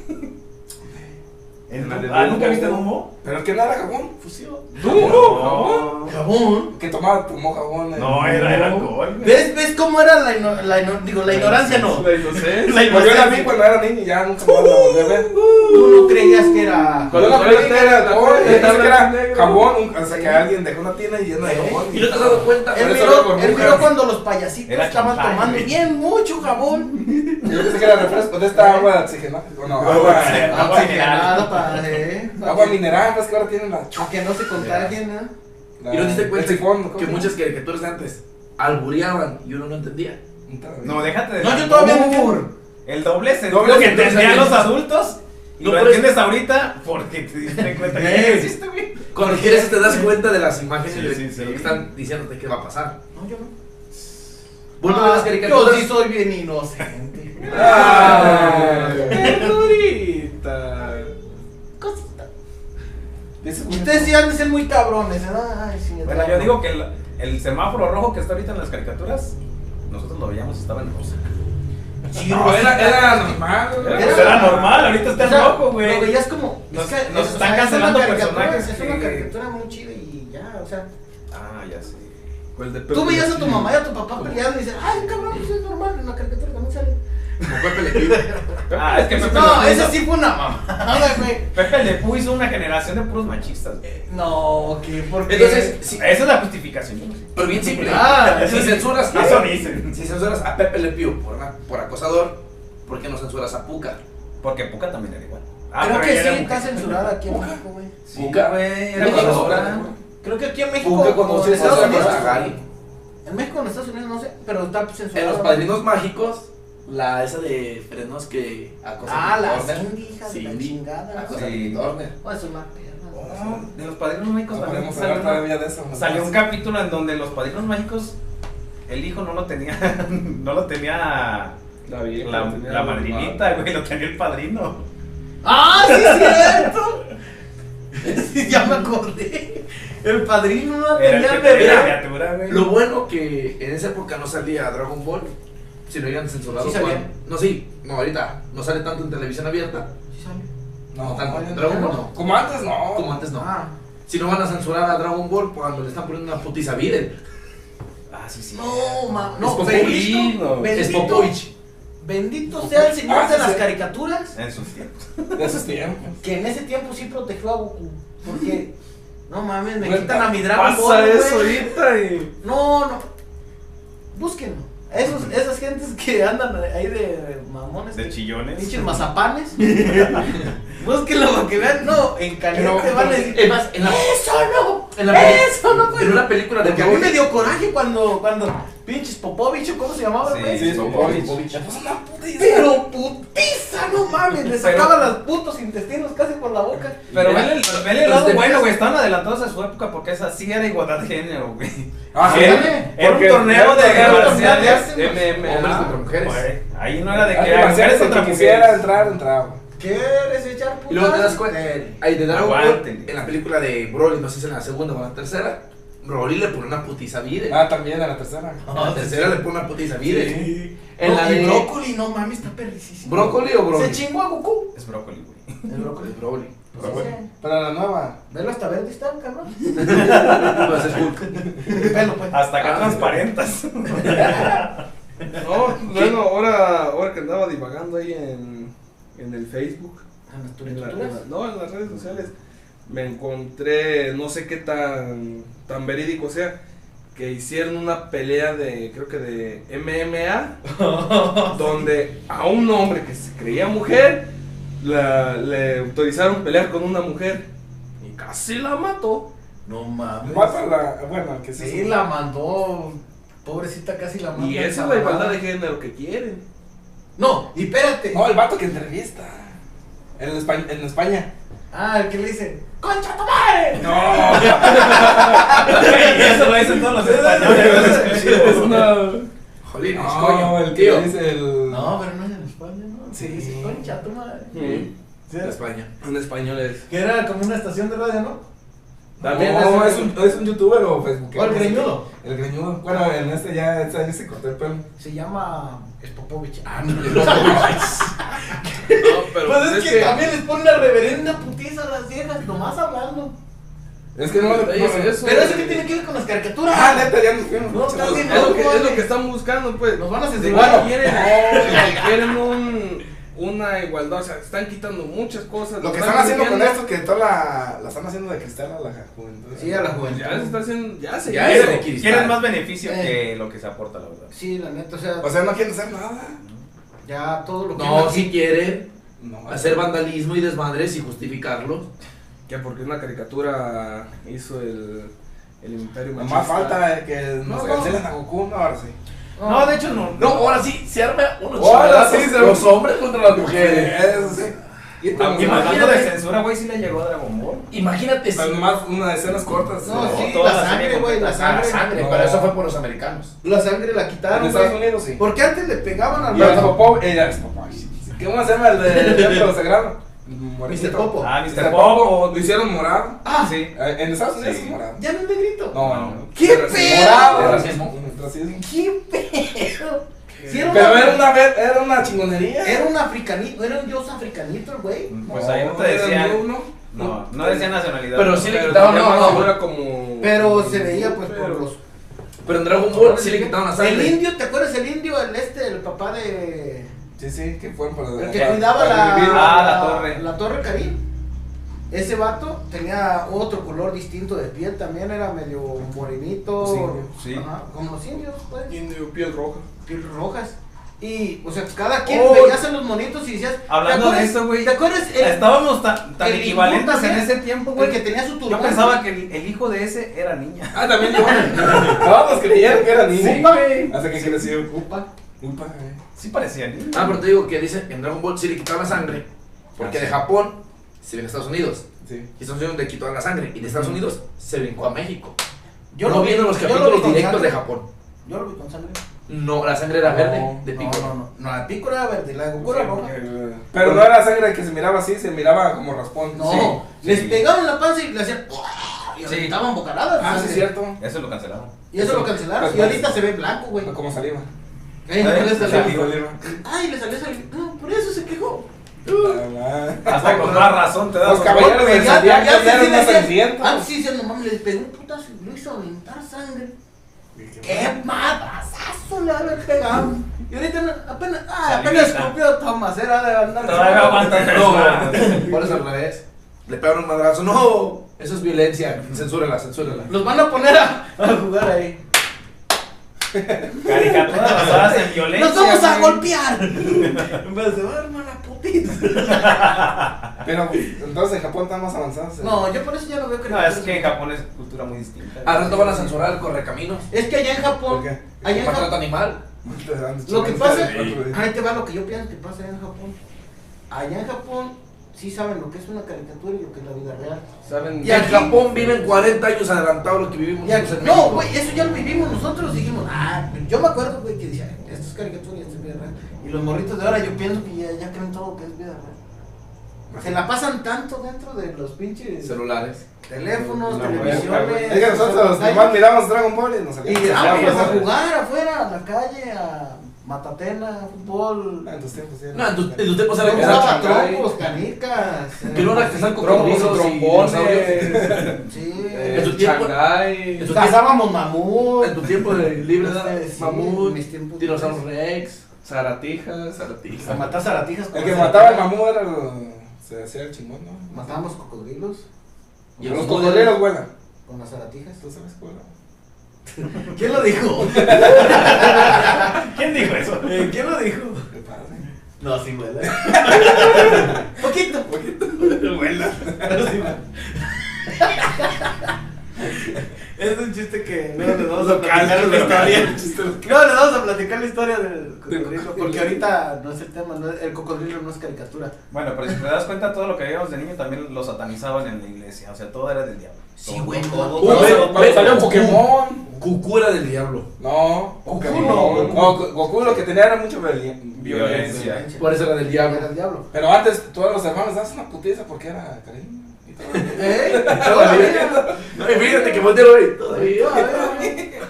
[SPEAKER 4] ¿En
[SPEAKER 3] La de
[SPEAKER 4] Dumbo? ah, ¿nunca
[SPEAKER 3] Dumbo.
[SPEAKER 4] viste Dumbo?
[SPEAKER 3] Pero que no era jabón.
[SPEAKER 2] Fusión.
[SPEAKER 4] No,
[SPEAKER 2] Jabón.
[SPEAKER 3] Que tomaba, tomó jabón. eh.
[SPEAKER 4] no era, era alcohol. güey.
[SPEAKER 2] ¿Ves, ¿Ves cómo era la, ino- la ino- digo, la ignorancia? No.
[SPEAKER 1] La inocencia.
[SPEAKER 2] La
[SPEAKER 3] Pues yo la vi
[SPEAKER 2] inocencia.
[SPEAKER 3] cuando era niño y ya nunca más la volví a ver.
[SPEAKER 2] Tú no creías que uh. era.
[SPEAKER 3] Yo la
[SPEAKER 1] Cuando
[SPEAKER 3] creí que
[SPEAKER 1] era
[SPEAKER 3] era alcohol,
[SPEAKER 1] alcohol,
[SPEAKER 3] yo pensé que
[SPEAKER 1] era
[SPEAKER 3] era
[SPEAKER 1] negro.
[SPEAKER 3] jabón, hasta que alguien dejó una tienda llena de jabón.
[SPEAKER 5] ¿Y no te has dado cuenta?
[SPEAKER 3] por
[SPEAKER 2] Él
[SPEAKER 3] eso
[SPEAKER 2] miró,
[SPEAKER 3] hablo con
[SPEAKER 2] él
[SPEAKER 3] mujeres.
[SPEAKER 2] miró cuando los payasitos
[SPEAKER 4] Era
[SPEAKER 2] estaban
[SPEAKER 4] champán,
[SPEAKER 2] tomando
[SPEAKER 4] güey.
[SPEAKER 2] bien mucho jabón. *laughs*
[SPEAKER 3] Yo pensé que era refresco de esta agua oxigenada. Bueno, agua,
[SPEAKER 4] oxigenada. Agua
[SPEAKER 2] Ah,
[SPEAKER 4] mineral.
[SPEAKER 2] para, eh, para
[SPEAKER 3] agua
[SPEAKER 2] que-
[SPEAKER 3] mineral, es que ahora tienen la.
[SPEAKER 2] para que no se contagien, ¿eh?
[SPEAKER 3] la-
[SPEAKER 5] ¿Y no te diste
[SPEAKER 3] el
[SPEAKER 5] cuenta
[SPEAKER 3] sifón, ¿no?
[SPEAKER 5] que muchas caricaturas de antes albureaban y uno no entendía?
[SPEAKER 4] No, déjate de.
[SPEAKER 2] No, yo todavía no
[SPEAKER 4] El doble sentido
[SPEAKER 3] Doble
[SPEAKER 4] que
[SPEAKER 5] sentido,
[SPEAKER 4] entendían
[SPEAKER 5] sentido.
[SPEAKER 4] los adultos. Y
[SPEAKER 5] No,
[SPEAKER 4] lo
[SPEAKER 5] pero es-
[SPEAKER 4] entiendes ahorita porque te
[SPEAKER 2] *laughs*
[SPEAKER 4] diste cuenta que
[SPEAKER 2] Ey.
[SPEAKER 4] existe, güey.
[SPEAKER 5] Cuando quieres te das cuenta de las imágenes
[SPEAKER 4] Sí,
[SPEAKER 5] de,
[SPEAKER 4] sí, sí.
[SPEAKER 5] de lo que están diciéndote que va a pasar.
[SPEAKER 2] No, yo no.
[SPEAKER 5] Vuelvo
[SPEAKER 2] Ah,
[SPEAKER 5] a las caricaturas.
[SPEAKER 2] Yo sí soy *laughs* bien inocente. Ah.
[SPEAKER 1] Ternurita.
[SPEAKER 2] Cosita.
[SPEAKER 3] Dices, güey,
[SPEAKER 2] Ustedes sí han de ser muy cabrones, ¿eh? Ay, sí, me
[SPEAKER 4] Bueno,
[SPEAKER 2] trago.
[SPEAKER 4] yo digo que el, el semáforo rojo que está ahorita en las caricaturas, nosotros lo veíamos, estaba en rosa.
[SPEAKER 2] Sí,
[SPEAKER 3] No,
[SPEAKER 2] Rosita.
[SPEAKER 3] era, era normal.
[SPEAKER 4] Era,
[SPEAKER 3] güey.
[SPEAKER 4] pues, era normal, ahorita está
[SPEAKER 2] O
[SPEAKER 4] en
[SPEAKER 2] sea,
[SPEAKER 4] rojo,
[SPEAKER 2] Lo
[SPEAKER 4] güey.
[SPEAKER 2] veías como.
[SPEAKER 4] Nos-
[SPEAKER 2] es que-
[SPEAKER 4] nos
[SPEAKER 2] es- o
[SPEAKER 4] están
[SPEAKER 2] sea, es una
[SPEAKER 4] cancelando
[SPEAKER 2] caricatura,
[SPEAKER 4] personajes
[SPEAKER 2] Es una
[SPEAKER 4] que-
[SPEAKER 2] caricatura muy chida y ya, o sea.
[SPEAKER 4] Ah, ya sé.
[SPEAKER 3] Con el de Pedro
[SPEAKER 2] Tú veías a tu
[SPEAKER 3] Castillo.
[SPEAKER 2] mamá y a tu papá peleando y dices, ay, cabrón, eso es normal, en la caricatura también sale.
[SPEAKER 5] Como Pepe Le Pew.
[SPEAKER 4] Ah, es que Pepe,
[SPEAKER 2] No,
[SPEAKER 4] Le, Pew
[SPEAKER 2] eso
[SPEAKER 4] hizo-
[SPEAKER 2] sí fue una
[SPEAKER 4] *laughs*
[SPEAKER 2] mamada, güey.
[SPEAKER 4] Pepe Le Pew hizo una generación de puros machistas. güey.
[SPEAKER 2] Eh, No, que porque.
[SPEAKER 5] Entonces, sí,
[SPEAKER 4] Esa es la justificación.
[SPEAKER 5] pero bien simple.
[SPEAKER 2] Ah,
[SPEAKER 5] si censuras
[SPEAKER 4] Eso
[SPEAKER 5] a,
[SPEAKER 4] dicen.
[SPEAKER 5] si censuras a Pepe Le Pew por, una- por acosador, ¿por qué no censuras a Puka?
[SPEAKER 4] Porque Puka también era igual.
[SPEAKER 2] creo
[SPEAKER 4] Ah, pero
[SPEAKER 2] que
[SPEAKER 4] ella
[SPEAKER 2] sí
[SPEAKER 4] era
[SPEAKER 2] está
[SPEAKER 4] mujer.
[SPEAKER 2] censurada aquí en México, güey.
[SPEAKER 4] Sí.
[SPEAKER 5] Puka, güey, era
[SPEAKER 2] México.
[SPEAKER 5] acosadora.
[SPEAKER 2] Creo que aquí en México.
[SPEAKER 5] Puka
[SPEAKER 2] como
[SPEAKER 5] cuando
[SPEAKER 2] en
[SPEAKER 5] se fue
[SPEAKER 2] Estados
[SPEAKER 5] a
[SPEAKER 2] Unidos.
[SPEAKER 5] Guadalajara.
[SPEAKER 2] En México, en Estados Unidos, no sé, pero está censurada.
[SPEAKER 5] En los padrinos mágicos, la esa de frenos que acosa
[SPEAKER 2] Ah,
[SPEAKER 5] a Nick
[SPEAKER 2] la
[SPEAKER 5] Turner.
[SPEAKER 2] Cindy, hija de la
[SPEAKER 5] Cindy.
[SPEAKER 2] chingada.
[SPEAKER 5] Acosa a
[SPEAKER 3] Sí.
[SPEAKER 5] Nick Turner.
[SPEAKER 2] Oh, es una perra.
[SPEAKER 4] Oh, de los padrinos mágicos
[SPEAKER 3] No
[SPEAKER 4] también
[SPEAKER 3] podemos
[SPEAKER 4] salió,
[SPEAKER 3] hablar
[SPEAKER 4] una-
[SPEAKER 3] todavía de eso. ¿no?
[SPEAKER 4] salió un capítulo en donde los padrinos mágicos, el hijo no lo tenía, *laughs* no lo tenía
[SPEAKER 3] La vieja,
[SPEAKER 4] la,
[SPEAKER 3] tenía
[SPEAKER 4] la
[SPEAKER 3] la
[SPEAKER 4] madrinita, güey, lo tenía el padrino.
[SPEAKER 2] ¡Ah, sí es cierto! Sí, *laughs* ya me acordé. El padrino no
[SPEAKER 4] Era el que
[SPEAKER 2] tenía
[SPEAKER 4] tenía la
[SPEAKER 2] bebé.
[SPEAKER 4] criatura, güey.
[SPEAKER 5] Lo bueno que en esa época no salía Dragon Ball. Si lo habían censurado,
[SPEAKER 2] Sí salía.
[SPEAKER 5] Juan. No, sí, no, ahorita no sale tanto en televisión abierta
[SPEAKER 2] Sí sale.
[SPEAKER 3] No,
[SPEAKER 5] Tanto.
[SPEAKER 3] no,
[SPEAKER 5] Dragon Ball
[SPEAKER 3] no. Como antes, no.
[SPEAKER 5] como antes no.
[SPEAKER 2] Ah.
[SPEAKER 5] Si no van a censurar a Dragon Ball cuando le están poniendo una putiza a Videl,
[SPEAKER 4] Ah, sí, sí.
[SPEAKER 2] No, ma, no,
[SPEAKER 5] Es
[SPEAKER 2] bendito,
[SPEAKER 4] Popovich.
[SPEAKER 5] es
[SPEAKER 2] bendito,
[SPEAKER 5] Popovich.
[SPEAKER 2] bendito sea el señor de
[SPEAKER 3] Ah, sí,
[SPEAKER 2] las
[SPEAKER 3] sí.
[SPEAKER 2] caricaturas
[SPEAKER 4] En sus tiempos.
[SPEAKER 3] De esos tiempos.
[SPEAKER 2] que en ese tiempo sí protegió a Goku. Porque, no mames, me
[SPEAKER 3] Güey, ¿eh?
[SPEAKER 2] quitan a mi Dragon
[SPEAKER 1] Pasa
[SPEAKER 2] Ball.
[SPEAKER 1] eso
[SPEAKER 2] güey.
[SPEAKER 1] ahorita y.
[SPEAKER 2] No, no. Búsquenlo. Esos, esas gentes que andan ahí de mamones.
[SPEAKER 4] De chillones.
[SPEAKER 2] Pinches mazapanes. *laughs* Búsquenlo para que vean. No, en caliente
[SPEAKER 3] No,
[SPEAKER 2] van a decir.
[SPEAKER 5] Es más, en la,
[SPEAKER 2] ¡Eso no!
[SPEAKER 5] en la peli-
[SPEAKER 2] ¡Eso no!
[SPEAKER 5] en una película de
[SPEAKER 2] Porque a mí me
[SPEAKER 5] Popovich.
[SPEAKER 2] dio coraje cuando, cuando pinches Popovich, ¿o ¿cómo se llamaba?
[SPEAKER 4] Sí,
[SPEAKER 2] güey?
[SPEAKER 3] Sí, es Popovich.
[SPEAKER 5] Popovich.
[SPEAKER 3] Pues una puta idea.
[SPEAKER 2] Pero putiza, no mames, le sacaban los putos intestinos casi por la boca.
[SPEAKER 4] Pero
[SPEAKER 5] Mira,
[SPEAKER 4] vele, el- vele el
[SPEAKER 5] los
[SPEAKER 4] lado
[SPEAKER 5] de-
[SPEAKER 4] bueno, güey. Estaban adelantados a su época porque esa sí era igualdad de género, güey.
[SPEAKER 3] Ah,
[SPEAKER 4] Era-
[SPEAKER 3] sí.
[SPEAKER 4] Era un
[SPEAKER 1] Porque-
[SPEAKER 4] torneo de
[SPEAKER 1] era un
[SPEAKER 4] guerra
[SPEAKER 1] torneo de
[SPEAKER 4] marciales.
[SPEAKER 1] MMA.
[SPEAKER 5] Hombres contra mujeres.
[SPEAKER 4] Güey, Ahí no era de que
[SPEAKER 3] Artes
[SPEAKER 4] eran
[SPEAKER 3] marciales,
[SPEAKER 4] mujeres
[SPEAKER 3] el que
[SPEAKER 4] contra
[SPEAKER 3] quisiera
[SPEAKER 4] mujeres.
[SPEAKER 3] entrar, entraba.
[SPEAKER 2] ¿Quieres echar putas? Eh,
[SPEAKER 5] Y luego te das cuenta. Ahí de Dragon Ball,
[SPEAKER 4] Aguántenle.
[SPEAKER 5] en la película de Broly, no sé si es en la segunda o en la tercera, Broly le pone una putiza a Videl.
[SPEAKER 3] Ah, también a la tercera.
[SPEAKER 5] En la tercera le pone una putiza a Videl.
[SPEAKER 2] En la
[SPEAKER 5] de-
[SPEAKER 2] brócoli, no mames, está perricísimo.
[SPEAKER 5] ¿Brócoli o
[SPEAKER 2] Se
[SPEAKER 5] Broly?
[SPEAKER 2] chingó a Goku.
[SPEAKER 4] Es brócoli, güey.
[SPEAKER 2] El brócoli.
[SPEAKER 5] Broly. *laughs*
[SPEAKER 1] Ah,
[SPEAKER 2] Pues ese-
[SPEAKER 3] Pero la nueva.
[SPEAKER 2] Velo hasta verde está,
[SPEAKER 1] *laughs*
[SPEAKER 2] cabrón.
[SPEAKER 5] Va a ser Hulk.
[SPEAKER 2] Velo, pues.
[SPEAKER 4] Hasta
[SPEAKER 5] Ah,
[SPEAKER 4] acá transparentas.
[SPEAKER 1] No, bueno, ahora, ahora que andaba divagando ahí en, en el Facebook.
[SPEAKER 2] Ah, las
[SPEAKER 1] en la- en
[SPEAKER 2] turituras.
[SPEAKER 1] la- no, en las redes sociales. Me encontré, no sé qué tan, tan verídico sea, que hicieron una pelea de, creo que de MMA, donde a un hombre que se creía mujer, la- le autorizaron pelear con una mujer. Y casi la mató.
[SPEAKER 2] No mames.
[SPEAKER 3] Mata la. Bueno, que sí.
[SPEAKER 2] Sí, la mandó. Pobrecita, casi la mandó.
[SPEAKER 1] Y esa es la igualdad de género que quieren.
[SPEAKER 2] No, y espérate.
[SPEAKER 3] No, el vato que entrevista. En España. En España.
[SPEAKER 2] Ah, el que le dicen. ¡Concha tu
[SPEAKER 1] *laughs*
[SPEAKER 2] madre!
[SPEAKER 3] No.
[SPEAKER 4] *laughs* Güey, Eso lo dicen todos los españoles.
[SPEAKER 5] Jolín, es
[SPEAKER 3] No,
[SPEAKER 5] coño.
[SPEAKER 3] el
[SPEAKER 5] tío.
[SPEAKER 3] que dice el.
[SPEAKER 2] No, pero no es en España, ¿no?
[SPEAKER 3] Sí.
[SPEAKER 2] Es Concha tu madre.
[SPEAKER 1] Sí,
[SPEAKER 5] De España.
[SPEAKER 1] En español es.
[SPEAKER 2] Que era como una estación de radio, ¿no?
[SPEAKER 1] También
[SPEAKER 3] no,
[SPEAKER 1] es-
[SPEAKER 3] es, un, es un youtuber o pues, Facebook.
[SPEAKER 2] ¿O el greñudo?
[SPEAKER 3] El greñudo. Bueno, en este ya, este año se cortó el pelo.
[SPEAKER 1] *laughs*
[SPEAKER 2] Se llama Spopovich. Ah, no.
[SPEAKER 1] No, pero
[SPEAKER 2] Pues es, que, también les pone una reverenda putiza a las viejas, nomás hablando.
[SPEAKER 3] Es que no no-
[SPEAKER 1] Detalles de eso.
[SPEAKER 2] Pero eso que tiene que ver con las caricaturas.
[SPEAKER 3] Ah, neta, ya nos fuimos.
[SPEAKER 2] No, está bien.
[SPEAKER 1] Es lo, que, es lo que están buscando, pues.
[SPEAKER 2] Nos van a
[SPEAKER 1] De
[SPEAKER 2] censurar.
[SPEAKER 1] que quieren, de que quieren un, una igualdad, o sea, están quitando muchas cosas.
[SPEAKER 3] Lo que están haciendo con esto, que toda la, la están haciendo de cristal a la juventud.
[SPEAKER 2] Sí, a la
[SPEAKER 1] Ya se está
[SPEAKER 2] juventud.
[SPEAKER 1] haciendo, ya se
[SPEAKER 5] Ya
[SPEAKER 1] hizo.
[SPEAKER 5] es de
[SPEAKER 4] Quieren Ah.
[SPEAKER 5] cristal.
[SPEAKER 4] más beneficio
[SPEAKER 2] Eh.
[SPEAKER 4] que lo que se aporta, la verdad.
[SPEAKER 2] Sí, la neta, o sea,
[SPEAKER 3] O sea, no quieren hacer nada.
[SPEAKER 2] ya todo lo que.
[SPEAKER 5] No, si quieren
[SPEAKER 3] No.
[SPEAKER 5] hacer vandalismo y desmadres y justificarlo.
[SPEAKER 1] Que porque una caricatura hizo el, el imperio
[SPEAKER 3] Nomás falta eh, que nos
[SPEAKER 2] No, no.
[SPEAKER 3] cancelen a Goku, no, ahora sí.
[SPEAKER 4] No, de hecho, no.
[SPEAKER 5] No, ahora sí, se arma unos
[SPEAKER 3] Ahora sí,
[SPEAKER 5] chingadazos,
[SPEAKER 3] se arma-
[SPEAKER 5] los hombres contra las mujeres.
[SPEAKER 3] Eso sí.
[SPEAKER 4] Ah, Y
[SPEAKER 5] Imagínate.
[SPEAKER 4] hablando de censura, güey, sí le llegó a Dragon Ball.
[SPEAKER 5] Imagínate si...
[SPEAKER 3] Pero nomás unas escenas cortas.
[SPEAKER 2] No,
[SPEAKER 3] eh,
[SPEAKER 2] sí,
[SPEAKER 4] toda
[SPEAKER 2] la
[SPEAKER 4] la
[SPEAKER 2] sangre,
[SPEAKER 4] serie
[SPEAKER 2] güey,
[SPEAKER 4] completa.
[SPEAKER 2] la
[SPEAKER 5] Ah,
[SPEAKER 2] sangre.
[SPEAKER 5] sangre,
[SPEAKER 3] No.
[SPEAKER 5] pero eso fue por los americanos.
[SPEAKER 2] La sangre la
[SPEAKER 3] En
[SPEAKER 2] quitaron,
[SPEAKER 3] Estados
[SPEAKER 2] güey.
[SPEAKER 3] Unidos sí.
[SPEAKER 2] Porque antes le pegaban al
[SPEAKER 3] Y el
[SPEAKER 2] vato.
[SPEAKER 3] Popo, eh, el Popo. ¿Qué vamos a hacer el de Templo Sagrado?
[SPEAKER 2] Mr.
[SPEAKER 3] Morenito.
[SPEAKER 2] Popo.
[SPEAKER 4] Ah,
[SPEAKER 3] Mr.
[SPEAKER 4] Mr. Popo.
[SPEAKER 3] Popo, lo hicieron morado.
[SPEAKER 2] Ah,
[SPEAKER 4] Sí.
[SPEAKER 3] Eh, En Estados Unidos
[SPEAKER 4] Sí.
[SPEAKER 3] es morado.
[SPEAKER 2] ya no es negrito.
[SPEAKER 3] No,
[SPEAKER 4] No.
[SPEAKER 3] no.
[SPEAKER 2] ¿Qué
[SPEAKER 3] Pero sí,
[SPEAKER 2] pedo?
[SPEAKER 3] Morado.
[SPEAKER 5] Racismo.
[SPEAKER 3] Racismo.
[SPEAKER 2] ¿Qué pedo? Sí, era
[SPEAKER 3] Pero era
[SPEAKER 2] una,
[SPEAKER 3] una, vez- era una chingonería.
[SPEAKER 2] era un africanito, era un dios africanito, el güey.
[SPEAKER 4] Pues ahí no te decían. No, no decían nacionalidad.
[SPEAKER 5] Pero sí le
[SPEAKER 1] Pero
[SPEAKER 5] quitaron,
[SPEAKER 1] tenía
[SPEAKER 5] no,
[SPEAKER 1] más
[SPEAKER 5] no.
[SPEAKER 1] figura como.
[SPEAKER 2] Pero se veía pues por
[SPEAKER 1] Pero-
[SPEAKER 2] los.
[SPEAKER 5] Pero en Dragon Ball sí le quitaron la
[SPEAKER 2] El
[SPEAKER 5] sangre.
[SPEAKER 2] indio, ¿te acuerdas el indio? El este, el papá de.
[SPEAKER 3] Sí, sí, que fueron para.
[SPEAKER 2] El que
[SPEAKER 4] Para-
[SPEAKER 2] cuidaba
[SPEAKER 3] para
[SPEAKER 2] la,
[SPEAKER 3] vivir.
[SPEAKER 4] Ah, la torre.
[SPEAKER 2] La torre Karim. Ese vato tenía otro color distinto de piel también, era medio morenito.
[SPEAKER 3] Los indios,
[SPEAKER 4] sí.
[SPEAKER 2] Ajá, como los indios, pues.
[SPEAKER 1] Indio, piel roja.
[SPEAKER 2] piel rojas. Y, o sea, cada quien
[SPEAKER 4] Oh.
[SPEAKER 2] veías a los monitos y decías.
[SPEAKER 4] Hablando
[SPEAKER 2] ¿te
[SPEAKER 4] de
[SPEAKER 2] acuerdas-
[SPEAKER 4] eso, güey.
[SPEAKER 2] ¿Te acuerdas? El,
[SPEAKER 4] Estábamos tan, tan
[SPEAKER 2] el
[SPEAKER 4] equivalentes
[SPEAKER 2] Limón
[SPEAKER 4] en
[SPEAKER 2] también,
[SPEAKER 4] ese tiempo,
[SPEAKER 2] el que
[SPEAKER 4] güey.
[SPEAKER 2] tenía su turbante.
[SPEAKER 4] Yo pensaba que el, el hijo de ese era niña.
[SPEAKER 3] Ah, *laughs* también yo. Todos creyeron que era niño.
[SPEAKER 2] güey.
[SPEAKER 3] Hasta que creció.
[SPEAKER 2] Upa.
[SPEAKER 3] Upa, eh.
[SPEAKER 4] Sí parecía niña.
[SPEAKER 5] Ah, pero te digo que dice en Dragon Ball sí le quitaron la sangre. Porque
[SPEAKER 4] Ah,
[SPEAKER 5] de
[SPEAKER 4] sí.
[SPEAKER 5] Japón se viene a Estados Unidos.
[SPEAKER 3] Sí.
[SPEAKER 5] Y Estados Unidos le quitaron la sangre. Y de Estados Unidos se brincó a México.
[SPEAKER 2] Yo
[SPEAKER 5] no
[SPEAKER 2] lo
[SPEAKER 5] vieron los
[SPEAKER 2] yo lo vi
[SPEAKER 5] capítulos
[SPEAKER 2] con
[SPEAKER 5] directos
[SPEAKER 2] sangre.
[SPEAKER 5] de Japón.
[SPEAKER 2] Yo lo vi con sangre.
[SPEAKER 5] No, la sangre era verde,
[SPEAKER 3] No,
[SPEAKER 5] de
[SPEAKER 2] No,
[SPEAKER 5] pico.
[SPEAKER 2] no, no. No, la pícola era verde, la de Goku era roja.
[SPEAKER 3] Eh, Pero no era sangre que se miraba así, se miraba como raspón.
[SPEAKER 2] No,
[SPEAKER 4] sí.
[SPEAKER 2] les pegaban la panza y le hacían. ¡oh! Y
[SPEAKER 4] Sí.
[SPEAKER 2] aventaban bocanadas.
[SPEAKER 3] Ah, sí,
[SPEAKER 2] sangre.
[SPEAKER 3] es cierto.
[SPEAKER 4] Eso lo cancelaron.
[SPEAKER 2] Y eso lo cancelaron.
[SPEAKER 3] Pues,
[SPEAKER 2] y ahorita se ve blanco, güey.
[SPEAKER 3] Como saliva.
[SPEAKER 2] Ay, le salió-
[SPEAKER 4] Saliva.
[SPEAKER 2] Ay, le salió saliva. No, por eso se quejó.
[SPEAKER 4] Hasta con más razón te das.
[SPEAKER 3] Los caballeros
[SPEAKER 2] Ya,
[SPEAKER 3] del
[SPEAKER 2] ya,
[SPEAKER 3] Zodiaco
[SPEAKER 2] ya,
[SPEAKER 3] ya
[SPEAKER 2] sí, sí,
[SPEAKER 3] eran más
[SPEAKER 2] decían,
[SPEAKER 3] sangrientos.
[SPEAKER 2] Ah, sí, sí, no mames, les pegó un putazo y lo hizo aventar sangre. ¡Qué madrazazo le haber pegado! Y ahorita no- apenas, ah,
[SPEAKER 4] Salivita.
[SPEAKER 2] apenas escupió Tomás, era de andar.
[SPEAKER 4] Todavía *laughs* aguantas.
[SPEAKER 5] No, por eso al revés. Le pegaron un madrazo. No, eso es violencia. Censúrala, censúrala.
[SPEAKER 2] Los van a poner a, a jugar ahí.
[SPEAKER 4] Caricaturas *laughs* basadas en
[SPEAKER 2] ¡Los
[SPEAKER 4] violencia.
[SPEAKER 2] vamos a
[SPEAKER 4] güey.
[SPEAKER 2] golpear! En vez de, "Ah, hermana putita.
[SPEAKER 3] Pero entonces en Japón están más avanzados. eh.
[SPEAKER 2] No, yo por eso ya no veo que
[SPEAKER 4] No, es que en Japón es cultura muy distinta.
[SPEAKER 5] Al rato van a censurar el correcaminos.
[SPEAKER 2] Es que allá en
[SPEAKER 3] ¿Por
[SPEAKER 2] Japón.
[SPEAKER 3] qué?
[SPEAKER 2] Allá en
[SPEAKER 5] Maltrato
[SPEAKER 2] Japón.
[SPEAKER 5] animal.
[SPEAKER 3] Te dan
[SPEAKER 2] Lo que
[SPEAKER 3] chingones
[SPEAKER 2] pasa.
[SPEAKER 3] de cuatro días.
[SPEAKER 2] Ahí te va lo que yo pienso que pasa allá en Japón. Allá en Japón sí saben lo que es una caricatura y lo que es la vida real.
[SPEAKER 1] ¿Saben?
[SPEAKER 5] Y en Japón viven 40 años adelantados lo que vivimos
[SPEAKER 2] Ya-
[SPEAKER 5] nosotros en
[SPEAKER 2] no,
[SPEAKER 5] México.
[SPEAKER 2] güey, eso ya lo vivimos nosotros. Dijimos, ah, yo me acuerdo, güey, que decía, esto es caricatura y esto es vida real. Y los morritos de ahora, yo pienso que ya, ya creen todo lo que es vida real. Se la pasan tanto dentro de los pinches
[SPEAKER 5] Celulares.
[SPEAKER 2] teléfonos,
[SPEAKER 3] La
[SPEAKER 2] televisiones.
[SPEAKER 3] Es que nosotros los
[SPEAKER 2] pantallas.
[SPEAKER 3] demás miramos Dragon Ball y nos
[SPEAKER 2] Y ah,
[SPEAKER 3] salíamos.
[SPEAKER 2] pues, a
[SPEAKER 3] Salíamos.
[SPEAKER 2] jugar afuera, a la calle, a matatena, a fútbol.
[SPEAKER 3] Ah, en tus tiempos, sí.
[SPEAKER 5] No, en tu, en tu tiempo se
[SPEAKER 2] Yo
[SPEAKER 5] le
[SPEAKER 2] jugaba
[SPEAKER 5] quedaba
[SPEAKER 2] trompos, canicas. eh,
[SPEAKER 5] Que no era que sal con
[SPEAKER 1] Trombos,
[SPEAKER 5] cocodrilos y dinosaurios.
[SPEAKER 2] *laughs*
[SPEAKER 1] trombones.
[SPEAKER 2] Sí.
[SPEAKER 1] eh,
[SPEAKER 5] En su tiempo-
[SPEAKER 1] Shanghái.
[SPEAKER 5] en su
[SPEAKER 2] Cazábamos mamut.
[SPEAKER 5] En tu tiempo de libre,
[SPEAKER 2] Este, Sí,
[SPEAKER 5] ¿verdad?
[SPEAKER 2] sí,
[SPEAKER 5] mamut,
[SPEAKER 2] mis tiempos
[SPEAKER 5] dinosaurio rex,
[SPEAKER 1] Zaratijas.
[SPEAKER 2] A
[SPEAKER 5] zaratija.
[SPEAKER 2] matar zaratijas. con
[SPEAKER 3] El que
[SPEAKER 2] las
[SPEAKER 3] mataba el
[SPEAKER 2] zaratijas.
[SPEAKER 3] mamú era. el- Se hacía el chingón, ¿no?
[SPEAKER 2] Matábamos cocodrilos
[SPEAKER 5] Y
[SPEAKER 3] los
[SPEAKER 5] los
[SPEAKER 3] cocodrilos vuelan.
[SPEAKER 2] con las zaratijas.
[SPEAKER 3] ¿Tú sabes cuál? era?
[SPEAKER 2] ¿Quién lo *laughs* dijo?
[SPEAKER 4] ¿Quién dijo *laughs* eso?
[SPEAKER 2] Eh, ¿Quién lo dijo?
[SPEAKER 3] El padre.
[SPEAKER 2] No, sí *laughs* vuela. Poquito. Poquito. Vuela. Sí, vuela. es un chiste que no les vamos a platicar la historia. No, les vamos a platicar la historia del cocodrilo. Porque ahorita no es el tema. no es- el cocodrilo no es caricatura.
[SPEAKER 4] Bueno, pero si te das cuenta, todo lo que veíamos de niño también lo satanizaban en la iglesia. O sea, todo era del diablo.
[SPEAKER 5] Sí,
[SPEAKER 4] Todo,
[SPEAKER 5] güey,
[SPEAKER 4] todo,
[SPEAKER 5] todo.
[SPEAKER 4] todo,
[SPEAKER 5] Uy,
[SPEAKER 4] todo,
[SPEAKER 5] ve- ve-
[SPEAKER 4] todo.
[SPEAKER 5] salió un
[SPEAKER 3] Pokémon.
[SPEAKER 5] Cucura del diablo.
[SPEAKER 3] No,
[SPEAKER 2] Goku
[SPEAKER 3] Pokémon.
[SPEAKER 2] no.
[SPEAKER 3] No, Go- Goku lo que tenía era mucha violen- violencia.
[SPEAKER 4] Violencia.
[SPEAKER 5] Por eso era del
[SPEAKER 2] Era *laughs*
[SPEAKER 5] diablo.
[SPEAKER 2] el diablo.
[SPEAKER 3] Pero antes, todos los hermanos das una putiza porque era cariño. y todo.
[SPEAKER 2] *laughs* ¿Eh? Todavía.
[SPEAKER 5] No, y fíjate que voltearon hoy.
[SPEAKER 2] Todavía. eh.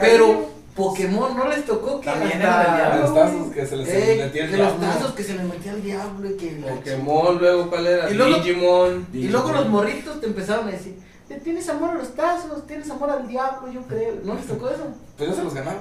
[SPEAKER 2] Pero Pokémon no les tocó que
[SPEAKER 4] También era
[SPEAKER 2] hasta-
[SPEAKER 4] del diablo,
[SPEAKER 3] Los tazos que se les
[SPEAKER 2] Eh,
[SPEAKER 3] metía el
[SPEAKER 2] que los
[SPEAKER 3] diablo.
[SPEAKER 2] tazos que se les metía al diablo y que la
[SPEAKER 1] Pokémon, luego, ¿cuál era?
[SPEAKER 2] Y luego-
[SPEAKER 1] Digimon.
[SPEAKER 2] Y luego los morritos te empezaron a decir, "Le tienes amor a los tazos, tienes amor al diablo, yo creo. ¿No les tocó eso?
[SPEAKER 3] Pues yo se los ganaba.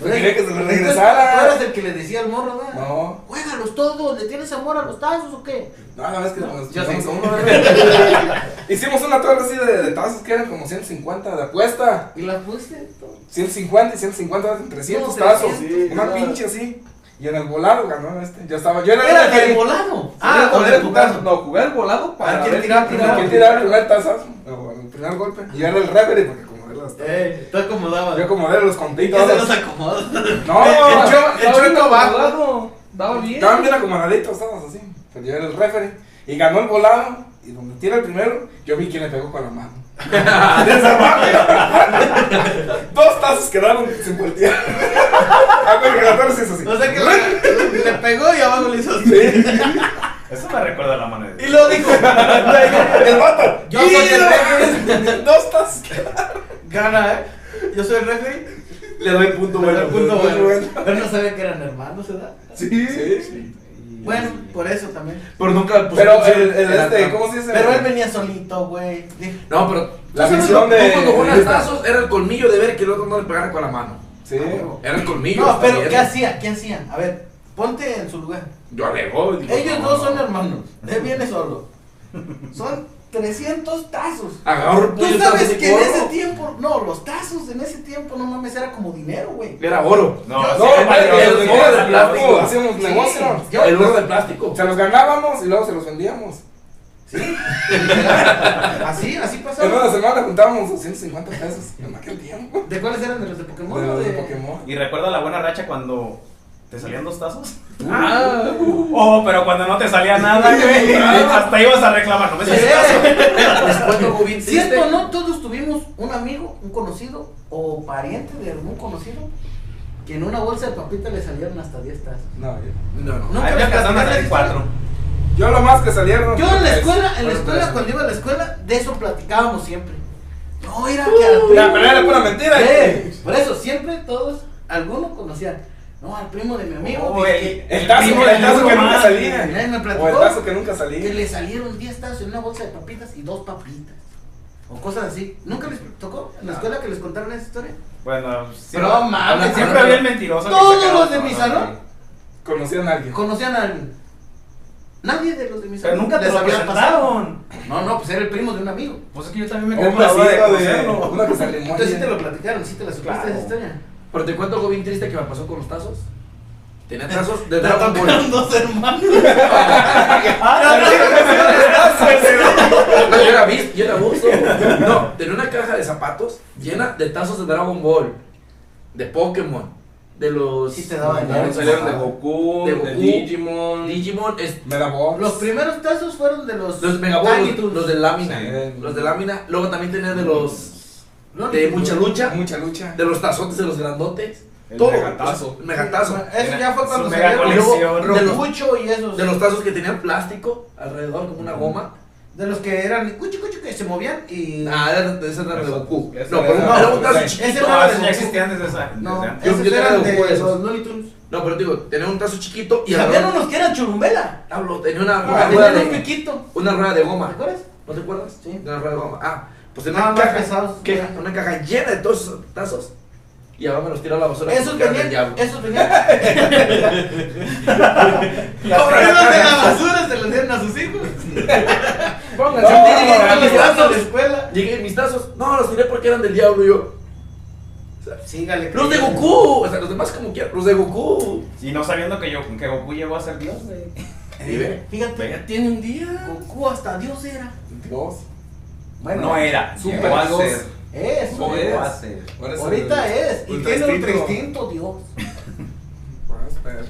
[SPEAKER 2] O sea,
[SPEAKER 3] quería que se los
[SPEAKER 2] entonces,
[SPEAKER 3] regresara.
[SPEAKER 2] Pues Tú eras el que le decía al morro, ¿verdad?
[SPEAKER 3] No,
[SPEAKER 2] Juégalos todos, ¿le tienes amor a los tazos o qué?
[SPEAKER 3] no, la vez que nos
[SPEAKER 2] Yo
[SPEAKER 3] nos-
[SPEAKER 2] soy *laughs*
[SPEAKER 3] *laughs*
[SPEAKER 2] uno, ¿verdad?
[SPEAKER 3] Hicimos una torre así de, de tazos que eran como 150 de apuesta.
[SPEAKER 2] Y las pusiste. todo.
[SPEAKER 3] 150 y 150, 300
[SPEAKER 2] No,
[SPEAKER 3] tazos.
[SPEAKER 2] 300,
[SPEAKER 3] una
[SPEAKER 1] claro.
[SPEAKER 3] pinche así. Y en el volado ganó este. Yo estaba, yo era,
[SPEAKER 2] Era
[SPEAKER 3] el que-
[SPEAKER 2] del volado.
[SPEAKER 1] Ah,
[SPEAKER 2] con
[SPEAKER 1] jugar
[SPEAKER 2] el
[SPEAKER 1] volado.
[SPEAKER 2] putazo.
[SPEAKER 1] No, jugar volado para.
[SPEAKER 4] Ah, ¿quién
[SPEAKER 1] ver
[SPEAKER 4] tira-
[SPEAKER 1] quién
[SPEAKER 3] el que tiraba el primer tazazo. O el primer golpe. Y yo era el referee porque como de las
[SPEAKER 2] Eh, tú acomodabas.
[SPEAKER 3] Yo como de los compitos.
[SPEAKER 2] Ya se los acomodas.
[SPEAKER 3] No,
[SPEAKER 1] No,
[SPEAKER 3] yo, yo
[SPEAKER 1] estaba bien
[SPEAKER 3] era volado.
[SPEAKER 1] acomodado, Daba bien.
[SPEAKER 3] Estaban bien acomodaditos, todos así. Pero yo era el referee. Y ganó el volado. Y donde tira el primero, yo vi quién le pegó con la mano. Desarmame. Dos tazos quedaron sin voltear. Ah, pero que la torre se hizo así.
[SPEAKER 2] O sea que le, le pegó y abajo le hizo así.
[SPEAKER 4] Eso me recuerda a la mano de
[SPEAKER 2] Y
[SPEAKER 4] Dios.
[SPEAKER 2] luego dijo,
[SPEAKER 3] El vato.
[SPEAKER 2] Yo soy el
[SPEAKER 3] el Dos tazos.
[SPEAKER 2] gana, ¿eh? Yo soy el referee.
[SPEAKER 3] Le doy punto
[SPEAKER 2] Pero el punto
[SPEAKER 3] Punto
[SPEAKER 2] bueno. Pero no sabía que eran hermanos, ¿verdad?
[SPEAKER 3] Sí. sí.
[SPEAKER 2] Bueno, por eso también.
[SPEAKER 5] Pero nunca puso
[SPEAKER 3] Pero el,
[SPEAKER 5] atención
[SPEAKER 3] el
[SPEAKER 5] en la-
[SPEAKER 3] este, ¿cómo se dice?
[SPEAKER 2] Pero él venía solito, güey. Dijo,
[SPEAKER 5] No, pero.
[SPEAKER 3] La
[SPEAKER 5] ¿tú sabes
[SPEAKER 3] misión
[SPEAKER 5] lo-
[SPEAKER 3] de-
[SPEAKER 5] tú Cuando juegas tazos, era el colmillo de ver que el otro no le pegara con la mano.
[SPEAKER 3] Sí.
[SPEAKER 5] Era el colmillo.
[SPEAKER 2] No, pero
[SPEAKER 5] también.
[SPEAKER 2] ¿qué hacía? ¿Qué hacían? A ver, ponte en su lugar.
[SPEAKER 5] Yo alegó. digo,
[SPEAKER 2] Ellos
[SPEAKER 5] no,
[SPEAKER 2] dos son
[SPEAKER 5] no.
[SPEAKER 2] hermanos. Él viene solo. Son 300 tazos.
[SPEAKER 5] Agarró el puño
[SPEAKER 2] Tú
[SPEAKER 5] y
[SPEAKER 2] sabes
[SPEAKER 5] tazos y
[SPEAKER 2] que en
[SPEAKER 5] oro.
[SPEAKER 2] ese tiempo, no, los tazos en ese tiempo no mames era como dinero, güey.
[SPEAKER 5] Era oro.
[SPEAKER 4] No,
[SPEAKER 2] Yo-
[SPEAKER 4] sí,
[SPEAKER 3] No,
[SPEAKER 4] era
[SPEAKER 3] para
[SPEAKER 5] el-
[SPEAKER 4] valioso,
[SPEAKER 5] el-
[SPEAKER 4] sí,
[SPEAKER 5] el-
[SPEAKER 4] era
[SPEAKER 5] el-
[SPEAKER 4] valioso.
[SPEAKER 3] hacíamos
[SPEAKER 2] Sí.
[SPEAKER 3] negocio.
[SPEAKER 2] Yo-
[SPEAKER 5] el oro de plástico.
[SPEAKER 3] Se los ganábamos y luego se los vendíamos.
[SPEAKER 2] Así, así
[SPEAKER 3] En una
[SPEAKER 2] pasaba.
[SPEAKER 3] semana juntábamos 250 pesos en aquel tiempo.
[SPEAKER 2] ¿De cuáles eran? ¿De los de Pokémon?
[SPEAKER 3] De
[SPEAKER 2] o
[SPEAKER 3] los de
[SPEAKER 2] de-
[SPEAKER 3] Pokémon.
[SPEAKER 4] Y recuerda la buena racha cuando te salían dos tazos.
[SPEAKER 1] Ah,
[SPEAKER 4] Oh, pero cuando no te salía nada, *laughs* güey, hasta ibas a reclamar. No me
[SPEAKER 2] Sí.
[SPEAKER 4] salías tazo.
[SPEAKER 5] Después no hubo bien triste.
[SPEAKER 2] ¿Cierto o no? Todos tuvimos un amigo, un conocido o pariente de algún conocido que en una bolsa de papita le salieron hasta 10 tazas.
[SPEAKER 3] No, yo.
[SPEAKER 5] No, no.
[SPEAKER 2] Nunca
[SPEAKER 4] Ahí
[SPEAKER 2] les
[SPEAKER 4] me alcanzaron a
[SPEAKER 2] platicaron
[SPEAKER 4] salir
[SPEAKER 2] la
[SPEAKER 4] cuatro.
[SPEAKER 3] Yo lo más que salieron.
[SPEAKER 2] Yo en la
[SPEAKER 3] pues,
[SPEAKER 2] escuela, en la
[SPEAKER 3] fueron
[SPEAKER 2] escuela,
[SPEAKER 3] tres.
[SPEAKER 2] cuando iba a la escuela, de eso platicábamos siempre. No, era que al primo-
[SPEAKER 3] La pelea era pura mentira.
[SPEAKER 2] Eh, Por eso, siempre todos, alguno conocían. No, al primo de mi amigo.
[SPEAKER 4] Oh,
[SPEAKER 2] que-
[SPEAKER 4] el-
[SPEAKER 3] El tazo,
[SPEAKER 4] primo
[SPEAKER 3] el
[SPEAKER 4] del
[SPEAKER 3] tazo que
[SPEAKER 4] Hugo
[SPEAKER 3] nunca
[SPEAKER 4] Man.
[SPEAKER 2] que-
[SPEAKER 3] salía.
[SPEAKER 2] nadie me
[SPEAKER 3] O el tazo
[SPEAKER 2] platicó.
[SPEAKER 3] que nunca
[SPEAKER 2] Que
[SPEAKER 3] salía.
[SPEAKER 2] le salieron 10 tazos en una bolsa de papitas y dos papitas. O cosas así. ¿Nunca les tocó en la escuela que les contaron esa historia?
[SPEAKER 4] Bueno, siempre,
[SPEAKER 2] Pero mames,
[SPEAKER 4] siempre había el mentiroso. que
[SPEAKER 2] Todos
[SPEAKER 4] sacaba
[SPEAKER 2] los de
[SPEAKER 4] todo,
[SPEAKER 2] mi
[SPEAKER 4] ¿no?
[SPEAKER 2] salón.
[SPEAKER 3] Conocían a alguien.
[SPEAKER 2] ¿Conocían a alguien? Nadie de los de mis
[SPEAKER 4] Pero nunca te
[SPEAKER 2] les
[SPEAKER 4] lo
[SPEAKER 2] había
[SPEAKER 4] presentaron.
[SPEAKER 2] No, no, pues era el primo de un amigo.
[SPEAKER 4] Pues es que yo también me
[SPEAKER 3] O un
[SPEAKER 4] quedé con la duda de
[SPEAKER 3] vasito de.
[SPEAKER 4] conocerlo.
[SPEAKER 3] *laughs* Una que se arrimó
[SPEAKER 2] Entonces sí te
[SPEAKER 3] ahí.
[SPEAKER 2] lo platicaron, sí te la supiste
[SPEAKER 4] Claro.
[SPEAKER 2] esa historia.
[SPEAKER 5] Pero te cuento algo bien triste que me pasó con los tazos. Tenía tazos de
[SPEAKER 2] Te
[SPEAKER 5] Dragon
[SPEAKER 2] tocaron
[SPEAKER 5] Ball.
[SPEAKER 2] dos hermanos.
[SPEAKER 5] No, yo era bis, yo era busto. No, tenía una caja de zapatos llena de tazos de Dragon Ball, de Pokémon, de los.
[SPEAKER 2] Sí te daban
[SPEAKER 5] de
[SPEAKER 1] no,
[SPEAKER 5] los-
[SPEAKER 1] salieron de Goku,
[SPEAKER 5] De
[SPEAKER 1] de,
[SPEAKER 5] Goku.
[SPEAKER 1] Digimon.
[SPEAKER 5] Digimon, es-
[SPEAKER 3] Me la voz.
[SPEAKER 2] Los primeros tazos fueron de los.
[SPEAKER 5] los Mega Ball,
[SPEAKER 2] Tiny
[SPEAKER 5] los,
[SPEAKER 2] Toons.
[SPEAKER 5] los de lámina,
[SPEAKER 3] Sí.
[SPEAKER 5] los de lámina. Luego también tenía de los
[SPEAKER 2] Looney
[SPEAKER 5] de
[SPEAKER 2] Tunes.
[SPEAKER 5] mucha lucha,
[SPEAKER 3] Mucha lucha.
[SPEAKER 5] de los tazotes de los grandotes,
[SPEAKER 1] El
[SPEAKER 5] todo,
[SPEAKER 1] megatazo.
[SPEAKER 5] o sea, el megatazo.
[SPEAKER 2] Eso ya fue cuando
[SPEAKER 4] Su mega
[SPEAKER 2] salieron los
[SPEAKER 4] colección.
[SPEAKER 5] de los-
[SPEAKER 2] Rocucho y esos.
[SPEAKER 5] De los tazos que tenían plástico alrededor como una goma.
[SPEAKER 2] de los que eran cuchi cuchi que se movían y.
[SPEAKER 5] Ah, era de ese era de Goku.
[SPEAKER 1] Ese
[SPEAKER 5] No, pero
[SPEAKER 1] era-
[SPEAKER 5] era un tazo
[SPEAKER 3] ese-
[SPEAKER 5] chiquito.
[SPEAKER 4] No, esos Ah, ya existían desde esa. desde
[SPEAKER 2] no,
[SPEAKER 4] antes.
[SPEAKER 5] Yo-
[SPEAKER 2] esos
[SPEAKER 5] yo tenía
[SPEAKER 2] eran
[SPEAKER 5] de
[SPEAKER 2] de
[SPEAKER 5] Goku esos.
[SPEAKER 2] los Looney Tunes.
[SPEAKER 5] No, pero te digo, tenía un tazo chiquito y
[SPEAKER 2] Y había
[SPEAKER 5] alrededor-
[SPEAKER 2] unos que eran churumbela.
[SPEAKER 5] Hablo, tenía una
[SPEAKER 2] Ah,
[SPEAKER 5] rueda,
[SPEAKER 2] tenían un
[SPEAKER 5] de,
[SPEAKER 2] piquito.
[SPEAKER 5] una rueda de
[SPEAKER 2] ¿Te
[SPEAKER 5] goma.
[SPEAKER 2] acuerdas?
[SPEAKER 5] ¿No te acuerdas?
[SPEAKER 2] Sí.
[SPEAKER 5] Una rueda de goma. Ah, pues tenía
[SPEAKER 2] Nada
[SPEAKER 5] una
[SPEAKER 2] más
[SPEAKER 5] caja,
[SPEAKER 2] pesados.
[SPEAKER 5] que- una caja llena de todos esos tazos. Y ahora me los tiró a la basura.
[SPEAKER 2] Esos
[SPEAKER 5] porque eran del
[SPEAKER 2] venían,
[SPEAKER 5] diablo.
[SPEAKER 2] esos *laughs* venían. Los
[SPEAKER 5] Ahora,
[SPEAKER 2] primeros de la
[SPEAKER 5] ahora,
[SPEAKER 2] basura se los dieron a sus *laughs* hijos.
[SPEAKER 5] pónganse.
[SPEAKER 3] No,
[SPEAKER 5] Llegué, llegué
[SPEAKER 2] Llegaron
[SPEAKER 5] con
[SPEAKER 2] los tazos
[SPEAKER 5] mis
[SPEAKER 2] de la
[SPEAKER 5] tazos.
[SPEAKER 2] escuela.
[SPEAKER 5] Llegué mis tazos. No, los tiré porque eran del diablo yo.
[SPEAKER 2] Sígale.
[SPEAKER 5] Los de
[SPEAKER 2] creyendo.
[SPEAKER 5] Goku. O sea, los demás como quieran. Los de Goku.
[SPEAKER 4] Y no sabiendo que, yo, que Goku llegó a ser Dios, güey.
[SPEAKER 5] Y ve,
[SPEAKER 2] Eh, Fíjate,
[SPEAKER 5] ya tiene un día.
[SPEAKER 2] Goku hasta Dios era.
[SPEAKER 3] Dos.
[SPEAKER 4] no era.
[SPEAKER 3] Super
[SPEAKER 4] llegó a
[SPEAKER 3] Dios.
[SPEAKER 4] ser.
[SPEAKER 2] Es.
[SPEAKER 3] Joder.
[SPEAKER 4] Llegó a ser.
[SPEAKER 3] Ahora
[SPEAKER 2] Ahorita
[SPEAKER 3] el-
[SPEAKER 2] es. Y
[SPEAKER 3] ultra
[SPEAKER 2] tiene un
[SPEAKER 3] instinto.
[SPEAKER 2] instinto Dios.
[SPEAKER 3] Pues, pero-
[SPEAKER 5] Y,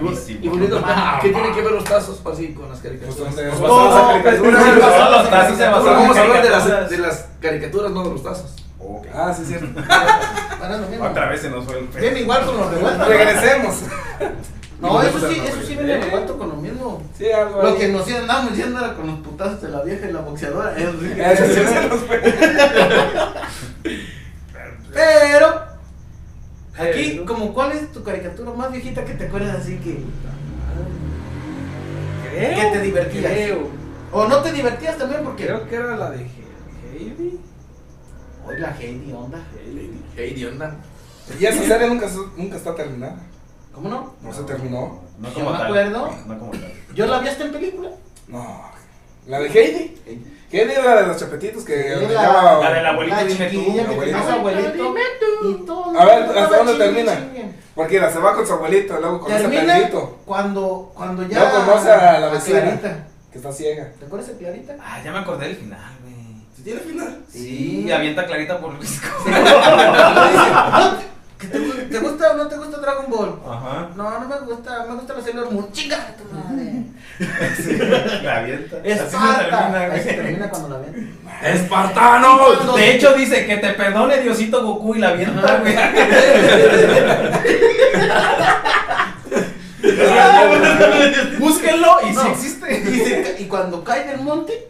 [SPEAKER 5] vol-
[SPEAKER 4] Mamadísimo.
[SPEAKER 5] y volviendo, ¿qué tiene que ver los tazos así con las
[SPEAKER 3] Pues,
[SPEAKER 5] caricaturas?
[SPEAKER 3] entonces,
[SPEAKER 5] Pues,
[SPEAKER 3] pasamos a
[SPEAKER 2] no,
[SPEAKER 3] caricaturas.
[SPEAKER 5] pero-
[SPEAKER 3] Pasamos a
[SPEAKER 4] Los tazos se
[SPEAKER 5] Ahora
[SPEAKER 4] basaron en
[SPEAKER 5] vamos a hablar de las,
[SPEAKER 4] caricaturas.
[SPEAKER 5] de las caricaturas, no de los tazos.
[SPEAKER 4] Ok.
[SPEAKER 3] Ah, sí, es cierto.
[SPEAKER 2] Para lo mismo.
[SPEAKER 4] Otra vez se nos fue el
[SPEAKER 2] Viene igual con los revueltos.
[SPEAKER 3] Regresemos.
[SPEAKER 2] No, eso sí,
[SPEAKER 3] Regresemos a
[SPEAKER 2] eso sí
[SPEAKER 3] la
[SPEAKER 2] viene
[SPEAKER 3] película.
[SPEAKER 2] revuelto con lo mismo.
[SPEAKER 3] Sí, algo
[SPEAKER 2] Lo
[SPEAKER 3] ahí.
[SPEAKER 2] que nos andábamos yendo era con los putazos de la vieja y la
[SPEAKER 1] *laughs*
[SPEAKER 2] boxeadora. eso sí.
[SPEAKER 3] Eso sí se nos fue.
[SPEAKER 2] Pero viejita que te acuerdas así que.
[SPEAKER 1] Creo.
[SPEAKER 2] ¿Qué te divertías?
[SPEAKER 1] Creo.
[SPEAKER 2] O no te divertías también porque.
[SPEAKER 1] Creo que era la de He- Heidi.
[SPEAKER 2] Hoy la Heidi onda.
[SPEAKER 5] Heidi, onda.
[SPEAKER 3] Y esa serie nunca, se- nunca está terminada.
[SPEAKER 2] ¿Cómo no?
[SPEAKER 3] No se terminó.
[SPEAKER 4] No
[SPEAKER 2] Yo
[SPEAKER 4] como
[SPEAKER 2] me
[SPEAKER 4] tal.
[SPEAKER 2] acuerdo.
[SPEAKER 4] No como tal.
[SPEAKER 2] Yo la vi hasta en película.
[SPEAKER 3] No. La de Heidi. Heidi era la de los chapetitos que
[SPEAKER 2] Era
[SPEAKER 3] ordeñaba-
[SPEAKER 4] La de la abuelita
[SPEAKER 2] La
[SPEAKER 4] dime tú,
[SPEAKER 2] chiquilla que
[SPEAKER 3] abuelito.
[SPEAKER 2] tenías abuelito. Y todo.
[SPEAKER 3] A ver, ¿hasta
[SPEAKER 2] Estaba
[SPEAKER 3] dónde
[SPEAKER 2] chingue,
[SPEAKER 3] termina?
[SPEAKER 2] chingue.
[SPEAKER 3] Porque la se va con su abuelito, luego con ese
[SPEAKER 2] Termina
[SPEAKER 3] perrito
[SPEAKER 2] cuando, cuando ya.
[SPEAKER 3] No conoce a la vecina.
[SPEAKER 2] Clarita.
[SPEAKER 3] que está
[SPEAKER 2] *laughs*
[SPEAKER 3] ciega.
[SPEAKER 2] ¿Te acuerdas de Clarita?
[SPEAKER 4] Ah, ya me acordé del final, güey.
[SPEAKER 3] ¿Tiene final?
[SPEAKER 4] Sí, avienta a Clarita por Risco.
[SPEAKER 2] *laughs* ¿Que te, ¿Te gusta o no te gusta Dragon Ball?
[SPEAKER 4] Ajá.
[SPEAKER 2] No, no me gusta, me gusta la Sailor Moon. ¡Chinga tu madre!
[SPEAKER 4] Sí, la avienta. Así no
[SPEAKER 2] Esparta. Ahí se
[SPEAKER 4] güey.
[SPEAKER 2] termina cuando la ven.
[SPEAKER 5] ¡Espartanos!
[SPEAKER 4] De hecho, dice que te perdone Diosito Goku y la avienta, *laughs* güey. Búsquenlo y si
[SPEAKER 2] No.
[SPEAKER 4] existe.
[SPEAKER 2] *laughs* Y, se ca- y cuando cae del monte,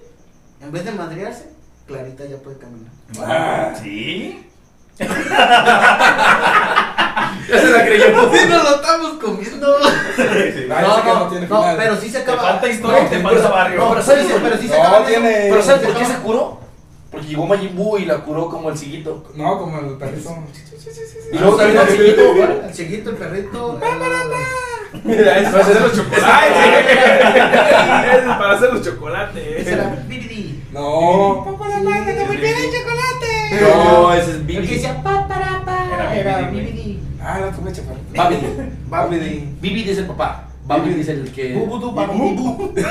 [SPEAKER 2] en vez de madrearse, Clarita ya puede caminar.
[SPEAKER 4] Ah. ¿Sí?
[SPEAKER 5] Ya se la creyó.
[SPEAKER 2] ¡Sí nos lo estamos comiendo!
[SPEAKER 3] Ah, yo sé que no tiene final.
[SPEAKER 2] pero sí se
[SPEAKER 4] Te
[SPEAKER 2] acaba.
[SPEAKER 4] falta historia y te falta barrio.
[SPEAKER 2] No, pero sí, se- pero sí se
[SPEAKER 3] No,
[SPEAKER 2] acaba.
[SPEAKER 3] tiene-
[SPEAKER 5] Pero ¿sabes *laughs* por qué se curó? Porque llegó Majin Buu y la curó como el siguito.
[SPEAKER 3] No, como el perrito. Ah,
[SPEAKER 5] Y luego también el siguito.
[SPEAKER 2] El chiquito, el perrito.
[SPEAKER 1] Mira, es
[SPEAKER 5] Para hacer los chocolates.
[SPEAKER 1] Ay, sí. Es para hacer los chocolates.
[SPEAKER 2] Ese era Bididi.
[SPEAKER 3] No.
[SPEAKER 5] No, ese es
[SPEAKER 2] El que
[SPEAKER 5] Bibi.
[SPEAKER 2] decía paparapa.
[SPEAKER 4] Era
[SPEAKER 2] Era
[SPEAKER 4] Bididi,
[SPEAKER 2] Bididi.
[SPEAKER 3] Ah, la tuve chaparrito.
[SPEAKER 5] Babi.
[SPEAKER 3] Babidi.
[SPEAKER 5] Bibi dice el papá. Babi dice el que.
[SPEAKER 2] Bubudu, babudu. Es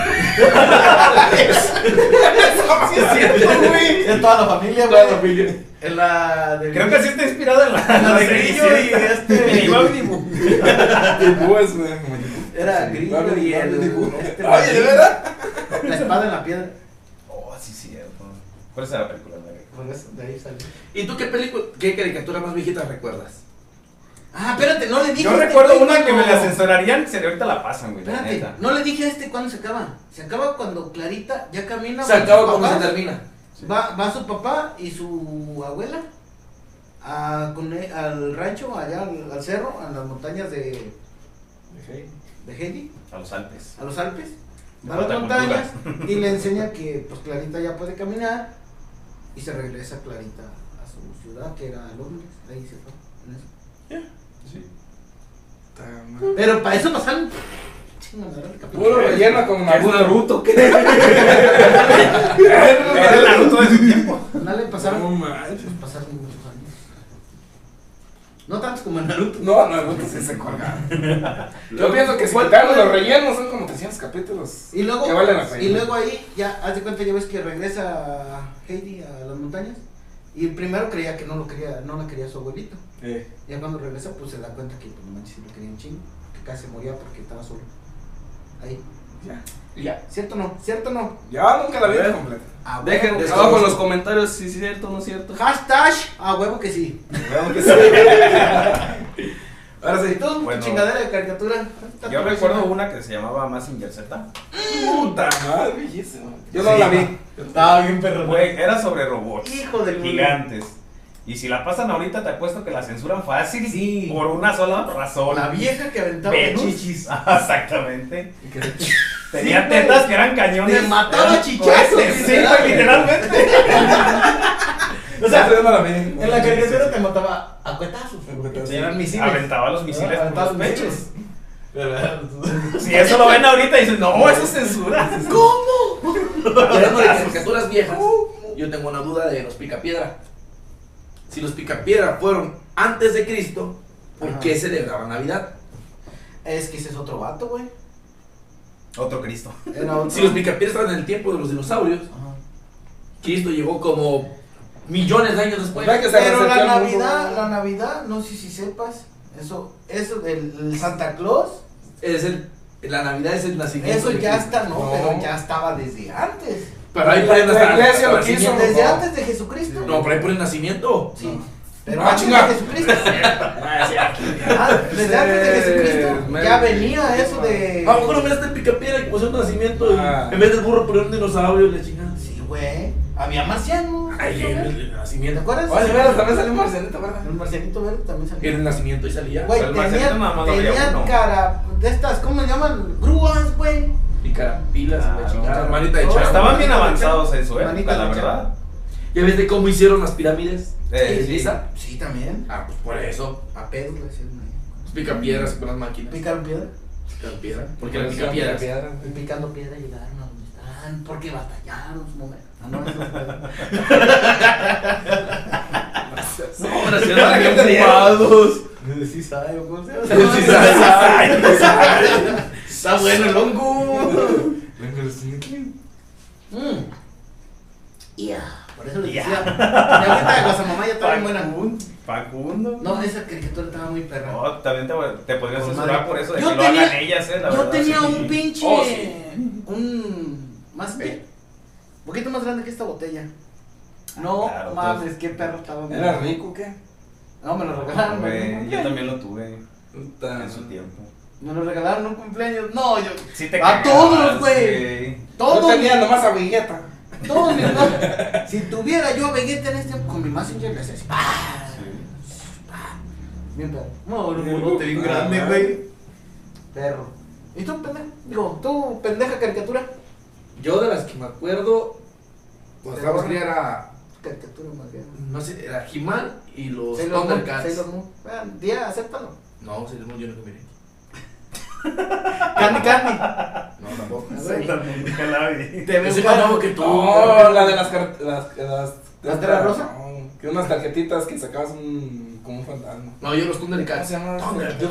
[SPEAKER 2] toda la familia,
[SPEAKER 5] Toda la
[SPEAKER 2] güey.
[SPEAKER 5] familia.
[SPEAKER 2] En la de.
[SPEAKER 4] Creo que así está inspirada en la,
[SPEAKER 2] La de
[SPEAKER 4] Grillo
[SPEAKER 2] Grillo y
[SPEAKER 4] este.
[SPEAKER 2] este-
[SPEAKER 4] *laughs* Y Babidi.
[SPEAKER 3] Pues, güey, como yo.
[SPEAKER 2] Era
[SPEAKER 3] Sí,
[SPEAKER 2] grillo
[SPEAKER 3] Babidi,
[SPEAKER 2] y el.
[SPEAKER 3] Babidi.
[SPEAKER 2] este,
[SPEAKER 3] Oye, ¿de verdad?
[SPEAKER 2] La espada en la piedra.
[SPEAKER 4] Oh, sí, cierto. ¿Cuál es la película? la de-
[SPEAKER 2] Pues, de ahí salió.
[SPEAKER 5] ¿Y tú qué película, qué caricatura más viejita recuerdas?
[SPEAKER 2] Ah, espérate, no le dije.
[SPEAKER 4] Yo
[SPEAKER 2] a este
[SPEAKER 4] recuerdo
[SPEAKER 2] güey
[SPEAKER 4] una que me
[SPEAKER 2] cuando-
[SPEAKER 4] la censurarían, se ahorita la pasan, güey. La
[SPEAKER 2] Espérate,
[SPEAKER 4] neta.
[SPEAKER 2] no le dije a este cuándo se acaba. Se acaba cuando Clarita ya camina.
[SPEAKER 5] Se
[SPEAKER 2] con su
[SPEAKER 5] acaba cuando
[SPEAKER 2] papá.
[SPEAKER 5] se termina.
[SPEAKER 2] Va, va su papá y su abuela a, con e- al rancho, allá al, al cerro, a las montañas de, de Heidi,
[SPEAKER 4] A los Alpes.
[SPEAKER 2] a los Alpes. Va a
[SPEAKER 4] Alta
[SPEAKER 2] las montañas *laughs* y le enseña que pues Clarita ya puede caminar y se regresa Clarita a su ciudad que era Londres. Ahí se fue. en eso.
[SPEAKER 3] Puta madre.
[SPEAKER 2] Pero para eso pasaron chingo, madre, el capítulo.
[SPEAKER 3] Puro relleno como
[SPEAKER 1] ¿Qué es Naruto? ¿Qué?
[SPEAKER 4] Es el Naruto de
[SPEAKER 2] *laughs*
[SPEAKER 4] su tiempo.
[SPEAKER 2] No le pasaron,
[SPEAKER 1] No manches.
[SPEAKER 2] pues, pasaron muchos años. No tantos como en Naruto.
[SPEAKER 3] No, Naruto sí se
[SPEAKER 1] *laughs*
[SPEAKER 3] colgaba. Yo
[SPEAKER 1] Luego,
[SPEAKER 3] pienso que si
[SPEAKER 1] ¿cuál-
[SPEAKER 3] quitaron
[SPEAKER 1] cuál-
[SPEAKER 3] los rellenos son como 300 capítulos.
[SPEAKER 2] Y luego,
[SPEAKER 3] Que vale la pena.
[SPEAKER 2] y luego ahí, ya, haz de cuenta, ya ves que regresa Heidi a las montañas. Y primero creía que no lo quería, no la quería su abuelito.
[SPEAKER 3] Eh.
[SPEAKER 2] Ya cuando regresa, pues se da cuenta que pues, no manches, sí lo quería un chingo. Que casi moría porque estaba solo. Ahí.
[SPEAKER 3] Ya.
[SPEAKER 2] Ya. ¿Cierto o no? ¿Cierto o no?
[SPEAKER 3] Ya nunca la
[SPEAKER 1] A
[SPEAKER 3] vi
[SPEAKER 1] ver.
[SPEAKER 3] completa.
[SPEAKER 2] A huevo
[SPEAKER 1] Dejen
[SPEAKER 2] que
[SPEAKER 1] abajo en
[SPEAKER 2] sí.
[SPEAKER 1] los comentarios si es cierto o no es cierto.
[SPEAKER 2] Hashtag a huevo que sí.
[SPEAKER 3] Veo que sí. Ahora sí.
[SPEAKER 2] Todo
[SPEAKER 4] Bueno.
[SPEAKER 2] chingadera de caricatura.
[SPEAKER 4] Yo recuerdo una que se llamaba Massinger Z.
[SPEAKER 3] *laughs* Puta madre, bellísimo. Yo no la *laughs* vi.
[SPEAKER 2] Estaba bien perro.
[SPEAKER 4] Güey, era sobre robots.
[SPEAKER 2] Hijo del
[SPEAKER 4] Gigantes. Y si la pasan ahorita, te apuesto que la censuran fácil.
[SPEAKER 2] Sí.
[SPEAKER 4] Por una sola razón.
[SPEAKER 2] La vieja que aventaba
[SPEAKER 4] Ve
[SPEAKER 2] luz.
[SPEAKER 4] chichis. *laughs* Ah, Exactamente.
[SPEAKER 3] Y que se-
[SPEAKER 4] Tenía
[SPEAKER 2] güey.
[SPEAKER 4] tetas que eran cañones.
[SPEAKER 2] Te mataba
[SPEAKER 4] Eran
[SPEAKER 2] chichazos,
[SPEAKER 4] cohetes. Sí,
[SPEAKER 2] literal.
[SPEAKER 4] güey, literalmente.
[SPEAKER 2] O sea,
[SPEAKER 3] Yo no la vi. En
[SPEAKER 2] en la caricatura te mataba a cuetazos.
[SPEAKER 3] A cuetazos.
[SPEAKER 2] Te eran misiles.
[SPEAKER 4] Aventaba los misiles por
[SPEAKER 2] Aventaba
[SPEAKER 4] los
[SPEAKER 2] los
[SPEAKER 4] pechos.
[SPEAKER 2] misiles.
[SPEAKER 4] Si eso lo ven ahorita, dicen, no, eso es
[SPEAKER 2] *laughs*
[SPEAKER 4] censura.
[SPEAKER 5] Hablando de caricaturas viejas, yo tengo una duda de los Picapiedra. Si los Picapiedra fueron antes de Cristo, ¿por
[SPEAKER 2] Ajá.
[SPEAKER 5] qué celebraban Navidad?
[SPEAKER 2] Es que ese es otro vato, güey.
[SPEAKER 4] Otro Cristo.
[SPEAKER 2] Era otro.
[SPEAKER 5] Si los Picapiedra están en el tiempo de los dinosaurios,
[SPEAKER 2] Ajá.
[SPEAKER 5] Cristo llegó como millones de años
[SPEAKER 3] O
[SPEAKER 5] después.
[SPEAKER 3] sea que se
[SPEAKER 2] Pero
[SPEAKER 3] reseteó
[SPEAKER 2] la
[SPEAKER 3] el mundo,
[SPEAKER 2] Navidad,
[SPEAKER 3] ¿no?
[SPEAKER 2] la Navidad, no sé si sepas, eso, eso del el Santa Claus,
[SPEAKER 5] Es el, la Navidad es el nacimiento.
[SPEAKER 2] eso
[SPEAKER 5] de
[SPEAKER 2] ya
[SPEAKER 5] Cristo.
[SPEAKER 2] está, no,
[SPEAKER 3] No.
[SPEAKER 2] pero ya estaba desde antes.
[SPEAKER 5] Pero ahí
[SPEAKER 3] La-
[SPEAKER 5] por el
[SPEAKER 3] la
[SPEAKER 5] nacimiento.
[SPEAKER 3] iglesia lo
[SPEAKER 5] el
[SPEAKER 3] quiso.
[SPEAKER 5] nacimiento.
[SPEAKER 2] Desde
[SPEAKER 3] no.
[SPEAKER 2] antes de Jesucristo.
[SPEAKER 5] No, pero ahí por el nacimiento.
[SPEAKER 2] Sí. Pero
[SPEAKER 3] Ah,
[SPEAKER 2] antes
[SPEAKER 3] chinga.
[SPEAKER 2] de *laughs* Jesucristo. Ah, Desde antes de Jesucristo
[SPEAKER 1] Mero.
[SPEAKER 2] ya venía eso de.
[SPEAKER 5] Ah, A lo mejor miraste el Picapiedra que puso un nacimiento y
[SPEAKER 3] Ah.
[SPEAKER 5] en vez del burro poner un dinosaurio y la chingada.
[SPEAKER 2] Sí, güey. Había marcianos.
[SPEAKER 5] Ay,
[SPEAKER 2] ¿no?
[SPEAKER 5] el, el
[SPEAKER 2] ¿Te
[SPEAKER 5] nacimiento.
[SPEAKER 2] acuerdas?
[SPEAKER 5] Oye, mira, también salió Marcelita, ¿verdad?
[SPEAKER 2] El marcianito verde también
[SPEAKER 5] En
[SPEAKER 2] salía.
[SPEAKER 5] el nacimiento y salía.
[SPEAKER 2] Güey,
[SPEAKER 4] Pero el
[SPEAKER 2] tenía,
[SPEAKER 4] marcianito nada más lo veía
[SPEAKER 2] tenía
[SPEAKER 4] uno.
[SPEAKER 2] cara de estas, ¿cómo le llaman? Grúas, güey.
[SPEAKER 5] Y carapilas,
[SPEAKER 4] Ah,
[SPEAKER 5] la chingada.
[SPEAKER 4] no.
[SPEAKER 5] Manita de
[SPEAKER 2] No,
[SPEAKER 5] chango.
[SPEAKER 4] Estaban bien
[SPEAKER 2] Manita de
[SPEAKER 4] avanzados en su
[SPEAKER 2] Manita
[SPEAKER 4] época, la
[SPEAKER 2] de
[SPEAKER 4] verdad.
[SPEAKER 5] ¿Ya viste cómo hicieron las pirámides?
[SPEAKER 4] Eh,
[SPEAKER 5] ¿En
[SPEAKER 4] sí.
[SPEAKER 5] Giza?
[SPEAKER 2] Sí, también.
[SPEAKER 5] Ah, pues por eso.
[SPEAKER 2] A pedo, güey. sí, güey.
[SPEAKER 5] Pican piedras con las máquinas.
[SPEAKER 2] Picaron piedra.
[SPEAKER 5] Pican piedra. Porque las pican piedras.
[SPEAKER 2] Y picando piedra llegaron a donde están. Porque batallaron su momento. Ah, no, eso fue-
[SPEAKER 5] No, las piedras bien ocupados.
[SPEAKER 2] Sí, sabe, ¿cómo se llama?
[SPEAKER 5] Sí, sabe, sabe, sabe. Está bueno
[SPEAKER 3] *laughs*
[SPEAKER 5] el hongo.
[SPEAKER 2] Mm. Ya. Por eso le decía. Ya ahorita la mamá ya estaba bien buena.
[SPEAKER 4] Facundo.
[SPEAKER 2] No, esa caricatura estaba muy perra.
[SPEAKER 4] No, también te, te podrías
[SPEAKER 2] Con
[SPEAKER 4] censurar
[SPEAKER 2] madre.
[SPEAKER 4] por eso de
[SPEAKER 2] Yo
[SPEAKER 4] que lo
[SPEAKER 2] tenía-
[SPEAKER 4] hagan ellas, eh, la
[SPEAKER 2] Yo
[SPEAKER 4] verdad,
[SPEAKER 2] tenía
[SPEAKER 4] sí.
[SPEAKER 2] un pinche.
[SPEAKER 5] Oh, sí.
[SPEAKER 2] Un. Más.
[SPEAKER 5] Eh.
[SPEAKER 2] Un poquito más grande que esta botella. No
[SPEAKER 4] claro,
[SPEAKER 2] mames, qué perro estaba. güey.
[SPEAKER 3] ¿Era rico o qué?
[SPEAKER 2] No, me lo regalaron.
[SPEAKER 4] Güey,
[SPEAKER 2] güey.
[SPEAKER 4] yo también lo tuve
[SPEAKER 3] Puta.
[SPEAKER 4] en su tiempo.
[SPEAKER 2] Me lo regalaron en un cumpleaños. No, yo.
[SPEAKER 4] Sí te
[SPEAKER 2] A
[SPEAKER 4] cagabas,
[SPEAKER 2] todos, güey.
[SPEAKER 3] Yo
[SPEAKER 2] Todo.
[SPEAKER 3] tenía nomás a Vegeta.
[SPEAKER 2] Todo mi
[SPEAKER 3] *laughs*
[SPEAKER 2] hermano. Si tuviera yo a Vegeta en este con mi Messenger le hacía así. ¡pah! Bien perro. No, un bigote
[SPEAKER 3] Ah,
[SPEAKER 2] bien grande, güey. Perro. ¿Y tú, pendeja? Digo, tú, pendeja caricatura.
[SPEAKER 5] Yo de las que me acuerdo,
[SPEAKER 3] Pues,
[SPEAKER 5] cuando estaba
[SPEAKER 2] Pero-
[SPEAKER 5] cría era,
[SPEAKER 2] Caricatura más bien.
[SPEAKER 5] no sé, era He-Man y los
[SPEAKER 2] Sailor Moon,
[SPEAKER 5] Thundercats.
[SPEAKER 2] Sailor Moon. Ah, Día, acéptalo.
[SPEAKER 5] No, Sailor Moon yo no miré.
[SPEAKER 2] Candy, candy.
[SPEAKER 5] No, tampoco.
[SPEAKER 2] güey.
[SPEAKER 4] Nunca la vi.
[SPEAKER 2] Te
[SPEAKER 5] Yo
[SPEAKER 2] ves
[SPEAKER 5] soy más nuevo que tú.
[SPEAKER 3] No, la de las car- las las
[SPEAKER 2] ¿Las de la rosa?
[SPEAKER 3] No, que unas tarjetitas que sacabas un como un fantasma.
[SPEAKER 5] No, yo los
[SPEAKER 3] ¿Cómo se
[SPEAKER 5] Thundercats.
[SPEAKER 3] llama?
[SPEAKER 5] Thundercats.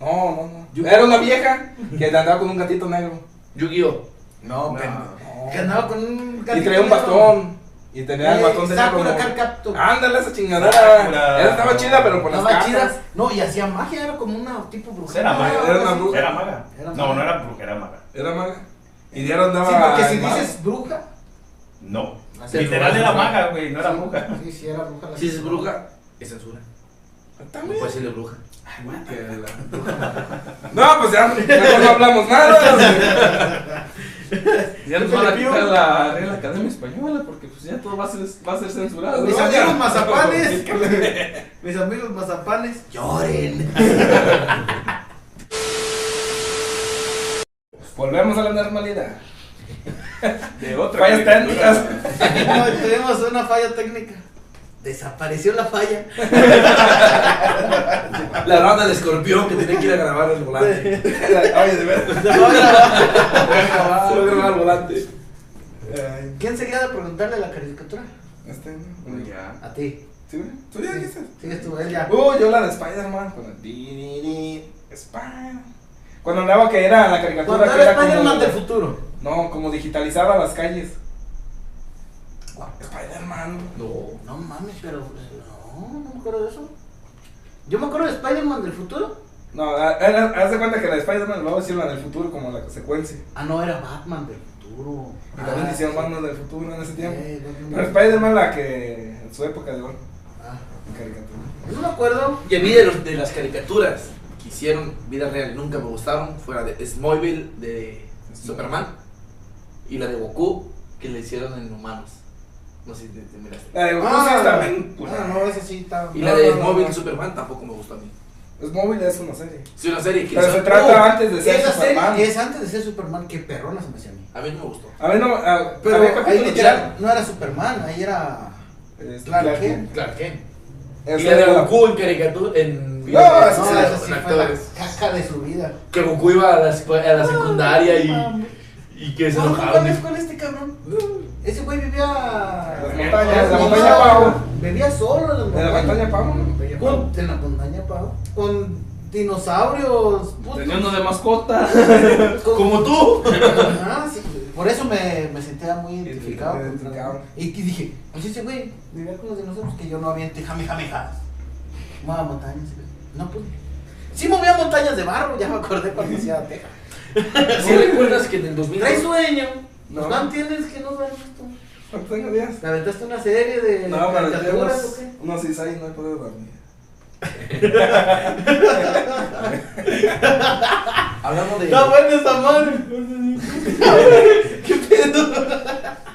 [SPEAKER 3] No, no,
[SPEAKER 5] Yo-
[SPEAKER 3] no. Era una vieja que andaba con un gatito negro.
[SPEAKER 5] Yu-Gi-Oh.
[SPEAKER 3] No,
[SPEAKER 5] pendejo.
[SPEAKER 3] no.
[SPEAKER 2] Que andaba con un
[SPEAKER 3] Y traía un bastón. Y tenía
[SPEAKER 2] Eh,
[SPEAKER 3] el bastón de
[SPEAKER 2] Sakura
[SPEAKER 3] negro.
[SPEAKER 2] Carcaptor.
[SPEAKER 3] Ándale esa
[SPEAKER 4] Sakura.
[SPEAKER 3] chingadera. Esa estaba chida, pero por las
[SPEAKER 2] Estaba
[SPEAKER 3] cartas.
[SPEAKER 2] chida. No, y hacía magia, era como una tipo bruja.
[SPEAKER 4] Era maga,
[SPEAKER 3] era una bruja.
[SPEAKER 4] Era maga.
[SPEAKER 2] Era maga.
[SPEAKER 4] No, no era bruja, era maga.
[SPEAKER 3] Era maga. Y diario andaba.
[SPEAKER 2] Sí, porque si
[SPEAKER 3] en mar.
[SPEAKER 2] dices bruja.
[SPEAKER 4] No.
[SPEAKER 2] Así
[SPEAKER 4] Literal
[SPEAKER 2] es,
[SPEAKER 4] era
[SPEAKER 2] bruja.
[SPEAKER 4] maga, güey, no era bruja.
[SPEAKER 2] Sí, sí, era bruja. la
[SPEAKER 5] Si es
[SPEAKER 2] señora.
[SPEAKER 5] bruja, es censura. No
[SPEAKER 3] También.
[SPEAKER 5] puede decirle bruja.
[SPEAKER 3] Que la- No, pues ya mejor no hablamos
[SPEAKER 2] *laughs*
[SPEAKER 3] nada.
[SPEAKER 1] Ya nos van a quitar la Real Academia Española porque pues ya todo va a ser, va a ser censurado.
[SPEAKER 2] Mis
[SPEAKER 1] ¿no?
[SPEAKER 2] amigos
[SPEAKER 1] Ya. *laughs*
[SPEAKER 2] mazapanes. mis amigos mazapanes. Lloren.
[SPEAKER 3] Volvemos a la normalidad.
[SPEAKER 1] De otra.
[SPEAKER 3] Fallas
[SPEAKER 1] caricatura.
[SPEAKER 3] técnicas.
[SPEAKER 2] No, tuvimos una falla técnica. Desapareció la falla.
[SPEAKER 5] La ronda de escorpión que tenía que ir a grabar el volante.
[SPEAKER 3] *laughs* Oye, de verdad. Se lo grabar al volante.
[SPEAKER 2] ¿Quién se queda de preguntarle la caricatura?
[SPEAKER 3] Este, ¿no?
[SPEAKER 1] Ya.
[SPEAKER 2] A ti.
[SPEAKER 3] ¿Sí, güey? ¿Tú ya dijiste?
[SPEAKER 2] Sigues tú, él ya.
[SPEAKER 3] Uh, yo la de Spider-Man con el di, di, di, Spider. Cuando andaba que era la caricatura
[SPEAKER 2] Cuando
[SPEAKER 3] que
[SPEAKER 2] era
[SPEAKER 3] era como,
[SPEAKER 2] Spider-Man del futuro.
[SPEAKER 3] No, como digitalizaba las calles. Spider-Man.
[SPEAKER 5] No.
[SPEAKER 2] No mames, pero eh, no, no me acuerdo de eso. Yo me acuerdo de Spider-Man del futuro.
[SPEAKER 3] No, a- a- haz de cuenta que la de Spider-Man lo va a decir la del futuro como la consecuencia.
[SPEAKER 2] Ah, no, era Batman del futuro.
[SPEAKER 3] Y también
[SPEAKER 2] Ah,
[SPEAKER 3] hicieron
[SPEAKER 2] sí.
[SPEAKER 3] bandas del futuro en ese tiempo.
[SPEAKER 2] Eh, Batman.
[SPEAKER 3] Pero Spider-Man la que en su época de oro,
[SPEAKER 2] Ah,
[SPEAKER 3] en caricatura.
[SPEAKER 2] Yo me acuerdo.
[SPEAKER 5] Y a mí de, los- de las caricaturas que hicieron vida real y nunca me gustaron fue la de Smallville de Superman y la de Goku que le hicieron en humanos. No sé si te, te miraste.
[SPEAKER 3] La de Goku sí está bien culera.
[SPEAKER 2] ah, no, esa sí está.
[SPEAKER 5] Y
[SPEAKER 3] No,
[SPEAKER 5] la de
[SPEAKER 3] no, no,
[SPEAKER 5] Smallville
[SPEAKER 3] no.
[SPEAKER 5] Superman tampoco me gustó a mí.
[SPEAKER 3] Es móvil, es una serie.
[SPEAKER 5] Es una serie que
[SPEAKER 3] Pero se
[SPEAKER 5] hizo-
[SPEAKER 3] trata
[SPEAKER 2] Uh,
[SPEAKER 3] antes de ser
[SPEAKER 2] esa
[SPEAKER 3] Superman.
[SPEAKER 2] serie es antes de ser Superman, qué perrona se me hacía a mí.
[SPEAKER 5] a mí no me gustó.
[SPEAKER 3] A ver, no. A,
[SPEAKER 2] Pero
[SPEAKER 3] había
[SPEAKER 2] ahí
[SPEAKER 3] capítulos
[SPEAKER 2] literal no era Superman, ahí era.
[SPEAKER 3] de- este,
[SPEAKER 2] Clark
[SPEAKER 3] Clark
[SPEAKER 2] Kent.
[SPEAKER 5] Claro que.
[SPEAKER 3] Esa
[SPEAKER 5] Y la de
[SPEAKER 3] era la-
[SPEAKER 5] Goku en caricatura en Ah,
[SPEAKER 3] No,
[SPEAKER 2] No,
[SPEAKER 3] esa sí
[SPEAKER 2] esa sí
[SPEAKER 5] con
[SPEAKER 2] fue la
[SPEAKER 5] actores.
[SPEAKER 2] caca de su vida.
[SPEAKER 5] Que Goku iba a la, escu- a la secundaria y,
[SPEAKER 2] Mames.
[SPEAKER 5] y que se
[SPEAKER 2] ¿Cuál fue
[SPEAKER 5] enojaban.
[SPEAKER 2] la vez
[SPEAKER 5] de-
[SPEAKER 2] con este cabrón? Ese güey vivía.
[SPEAKER 3] Las montañas, la
[SPEAKER 2] No,
[SPEAKER 3] montaña Pau. *laughs*
[SPEAKER 2] Vivía solo en las
[SPEAKER 3] En la montaña Pau, ¿no?
[SPEAKER 2] Con, en la montaña Pau. Con dinosaurios. putos.
[SPEAKER 1] Tenía uno de mascota.
[SPEAKER 2] Con-
[SPEAKER 5] Como tú.
[SPEAKER 2] Ah, sí. Por eso me, me sentía muy identificado.
[SPEAKER 3] Identificado.
[SPEAKER 2] Y, y dije, pues ese güey, vivía con los dinosaurios que yo no había entendido. Jame, jame, jame. Movía montañas, güey. No pude. Sí movía montañas de barro, ya me acordé cuando hacía
[SPEAKER 3] *laughs*
[SPEAKER 2] Texas.
[SPEAKER 5] Si recuerdas que en el 2000
[SPEAKER 2] Trae sueño.
[SPEAKER 3] No.
[SPEAKER 2] No. Pues, no tienes que no ver esto.
[SPEAKER 3] ¿Cuántos años días?
[SPEAKER 2] ¿Te aventaste una serie de
[SPEAKER 3] No, pero yo
[SPEAKER 2] caricaturas o
[SPEAKER 3] unos,
[SPEAKER 2] qué?
[SPEAKER 3] unos seis años no he podido dormir.
[SPEAKER 5] hablamos
[SPEAKER 2] *laughs*
[SPEAKER 5] de
[SPEAKER 2] Está buena esa madre. ¿Qué pedo?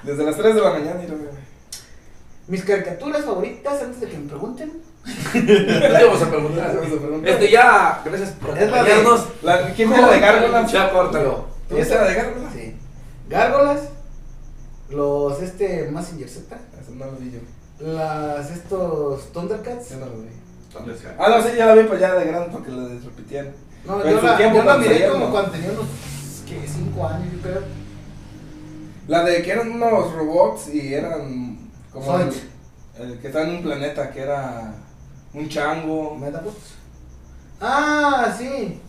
[SPEAKER 1] Desde las 3 de la mañana, y lo
[SPEAKER 2] Mis caricaturas favoritas, antes de que me pregunten.
[SPEAKER 5] No te vamos a preguntar. Este ya, gracias por
[SPEAKER 2] Es la de-
[SPEAKER 5] acompañarnos.
[SPEAKER 1] La, ¿Quién era de Gárgolas?
[SPEAKER 5] Ya córtalo.
[SPEAKER 1] ¿Quién era de Gárgolas?
[SPEAKER 2] Sí. Gárgolas. Los, este, Massinger Z.
[SPEAKER 1] Eso no lo vi yo.
[SPEAKER 2] Las, estos, Thundercats.
[SPEAKER 1] Yo no lo vi.
[SPEAKER 5] Entonces, ya.
[SPEAKER 1] Ah, no, sí, ya la vi, pues ya de grande, porque la repitieron.
[SPEAKER 2] No,
[SPEAKER 1] Pero en
[SPEAKER 2] yo
[SPEAKER 1] su
[SPEAKER 2] la,
[SPEAKER 1] tiempo
[SPEAKER 2] yo la
[SPEAKER 1] cuando
[SPEAKER 2] miré
[SPEAKER 1] salieron,
[SPEAKER 2] como
[SPEAKER 1] ¿no?
[SPEAKER 2] cuando tenía unos, ¿qué? Cinco años, yo creo.
[SPEAKER 1] La de que eran unos robots y eran como el,
[SPEAKER 2] Fudge.
[SPEAKER 1] el que estaba en un planeta que era un chango, un
[SPEAKER 2] ¿Metabots? Ah, sí.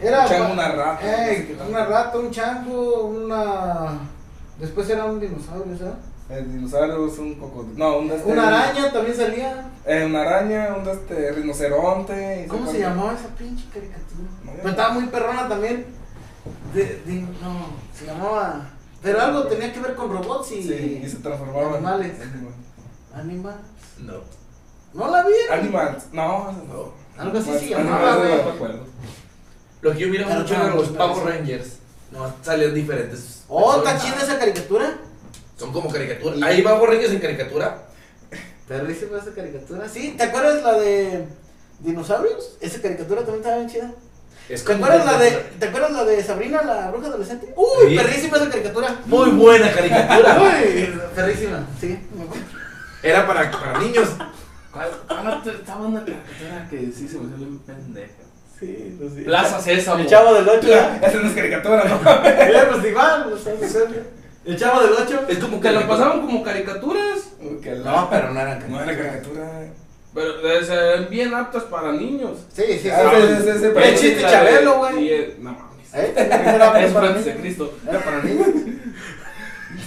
[SPEAKER 2] Era.
[SPEAKER 1] chango, una rata. no sé
[SPEAKER 2] Eh,
[SPEAKER 1] qué tal.
[SPEAKER 2] una rata, un chango, una. Después era un dinosaurio, ¿sabes?
[SPEAKER 1] El dinosaurio es un cocodrilo. No, un de este-
[SPEAKER 2] Una araña también salía.
[SPEAKER 1] Eh, una araña, un de este rinoceronte. y
[SPEAKER 2] ¿Cómo
[SPEAKER 1] sé
[SPEAKER 2] se
[SPEAKER 1] cuál-
[SPEAKER 2] llamaba esa pinche caricatura?
[SPEAKER 1] No,
[SPEAKER 2] Pero estaba muy perrona también. De- de- no, se llamaba. Pero algo tenía que ver con robots y.
[SPEAKER 1] Sí, y se transformaban.
[SPEAKER 2] Animales.
[SPEAKER 1] Animal.
[SPEAKER 2] Animal.
[SPEAKER 5] No.
[SPEAKER 2] ¿No la vieron?
[SPEAKER 1] Animals. No, eso no.
[SPEAKER 2] Algo así
[SPEAKER 1] Pues,
[SPEAKER 2] se llamaba,
[SPEAKER 1] animales, no me
[SPEAKER 2] güey.
[SPEAKER 1] acuerdo.
[SPEAKER 5] Lo que yo miraba
[SPEAKER 2] Pero
[SPEAKER 5] mucho
[SPEAKER 2] no,
[SPEAKER 5] eran los
[SPEAKER 2] no,
[SPEAKER 5] Power
[SPEAKER 2] no.
[SPEAKER 5] Rangers. No, salían diferentes.
[SPEAKER 2] Oh, está
[SPEAKER 5] personas.
[SPEAKER 2] chida esa caricatura.
[SPEAKER 5] Son como caricaturas. Ahí va Power Rangers en caricatura.
[SPEAKER 2] Perrísima pues, esa caricatura. Sí, ¿te acuerdas la de dinosaurios? Esa caricatura también estaba bien chida.
[SPEAKER 5] Es
[SPEAKER 2] ¿Te
[SPEAKER 5] como-
[SPEAKER 2] acuerdas la de, ¿te acuerdas la de Sabrina, la bruja adolescente? Uy,
[SPEAKER 5] Sí.
[SPEAKER 2] perrísima esa caricatura.
[SPEAKER 5] Muy buena caricatura.
[SPEAKER 2] Uy, perrísima. Sí. me acuerdo.
[SPEAKER 5] Era para, para niños.
[SPEAKER 6] ¿Cuál,
[SPEAKER 2] Ah,
[SPEAKER 6] cuál otra- estaba una caricatura que sí se volvió bien pendeja?
[SPEAKER 2] Sí, pues sí.
[SPEAKER 5] Plaza Sésamo.
[SPEAKER 2] El chavo del 8.
[SPEAKER 1] Esa no es caricatura, ¿no?
[SPEAKER 2] pues igual, o sea, no sé. El chavo del 8.
[SPEAKER 5] Es como
[SPEAKER 4] Que
[SPEAKER 5] que
[SPEAKER 4] lo
[SPEAKER 5] la
[SPEAKER 4] pasaban como caricaturas,
[SPEAKER 1] Que
[SPEAKER 5] No,
[SPEAKER 1] la-
[SPEAKER 5] pero no eran
[SPEAKER 1] No
[SPEAKER 5] caricaturas.
[SPEAKER 1] era caricatura.
[SPEAKER 4] pero eh, se ven bien aptas para niños.
[SPEAKER 2] Sí, sí, sí.
[SPEAKER 1] Ah,
[SPEAKER 2] sí.
[SPEAKER 1] sí, sí, sí,
[SPEAKER 4] Pero
[SPEAKER 1] pero-
[SPEAKER 4] sí,
[SPEAKER 5] chiste
[SPEAKER 4] la
[SPEAKER 5] Chabelo,
[SPEAKER 4] de-
[SPEAKER 5] güey.
[SPEAKER 4] y, eh, No mames.
[SPEAKER 2] ¿Eh? Era
[SPEAKER 4] Es
[SPEAKER 2] para mí.
[SPEAKER 4] antes de Cristo.
[SPEAKER 2] Era
[SPEAKER 4] *laughs*
[SPEAKER 2] para mí.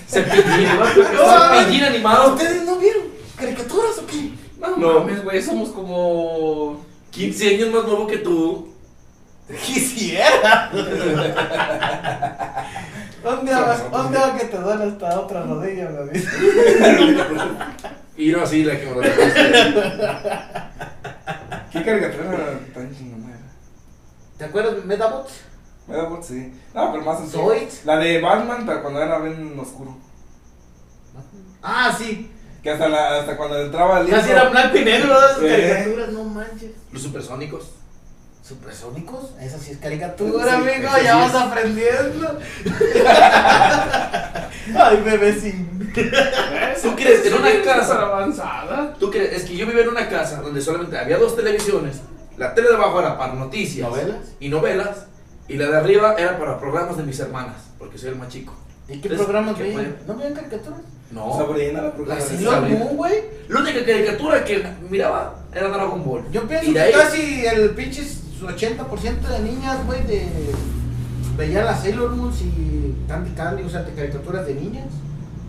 [SPEAKER 5] Cepillín, ¿no? Cepillín animado.
[SPEAKER 2] ¿Ustedes no vieron caricaturas o qué?
[SPEAKER 4] No,
[SPEAKER 5] No.
[SPEAKER 4] mames, güey, somos como.
[SPEAKER 5] 15 años más nuevo que tú.
[SPEAKER 2] Quisiera. ¿Dónde vas? ¿Dónde va que te duele hasta otra rodilla, me dice?
[SPEAKER 5] Y no así la que *laughs* me lo dejaste.
[SPEAKER 1] ¿Qué caricatura era tan chingona?
[SPEAKER 2] ¿Te acuerdas de Metabots?
[SPEAKER 1] Me da por sí. No, pero más sencillo.
[SPEAKER 2] Zoids.
[SPEAKER 1] La de Batman, pero cuando era bien oscuro.
[SPEAKER 2] Ah, sí.
[SPEAKER 1] Que hasta, la, hasta cuando entraba el
[SPEAKER 2] Casi era blanco y negro ¿no? esas
[SPEAKER 1] Sí.
[SPEAKER 2] caricaturas, no manches.
[SPEAKER 5] Los supersónicos.
[SPEAKER 2] ¿Supersónicos? Esa sí es caricatura,
[SPEAKER 5] Sí,
[SPEAKER 2] amigo,
[SPEAKER 5] esa sí
[SPEAKER 2] ya
[SPEAKER 5] es.
[SPEAKER 2] vas aprendiendo. *laughs* Ay, bebecín.
[SPEAKER 5] ¿Tú crees que en una casa?
[SPEAKER 4] avanzada?
[SPEAKER 5] ¿Tú crees? Es que yo vivía en una casa donde solamente había dos televisiones. La tele de abajo era para noticias
[SPEAKER 2] ¿Novelas?
[SPEAKER 5] y novelas. Y la de arriba era para programas de mis hermanas, porque soy el más chico.
[SPEAKER 2] ¿Y Pues, qué
[SPEAKER 5] Entonces,
[SPEAKER 2] programas
[SPEAKER 5] ¿qué
[SPEAKER 2] veían?
[SPEAKER 5] fue?
[SPEAKER 2] ¿No veían caricaturas?
[SPEAKER 5] No.
[SPEAKER 1] Sabrina,
[SPEAKER 3] *laughs*
[SPEAKER 1] la bruja.
[SPEAKER 5] La
[SPEAKER 1] de-
[SPEAKER 5] señora.
[SPEAKER 2] ¿Sailor
[SPEAKER 5] bien.
[SPEAKER 2] Moon, güey?
[SPEAKER 5] La única caricatura que miraba era Dragon Ball.
[SPEAKER 2] Yo
[SPEAKER 5] Y
[SPEAKER 2] pienso
[SPEAKER 5] de
[SPEAKER 2] que
[SPEAKER 5] ahí-
[SPEAKER 2] casi el pinche 80% de niñas, güey, de... veían las Sailor Moon y Candy Candy, o sea, de caricaturas de niñas.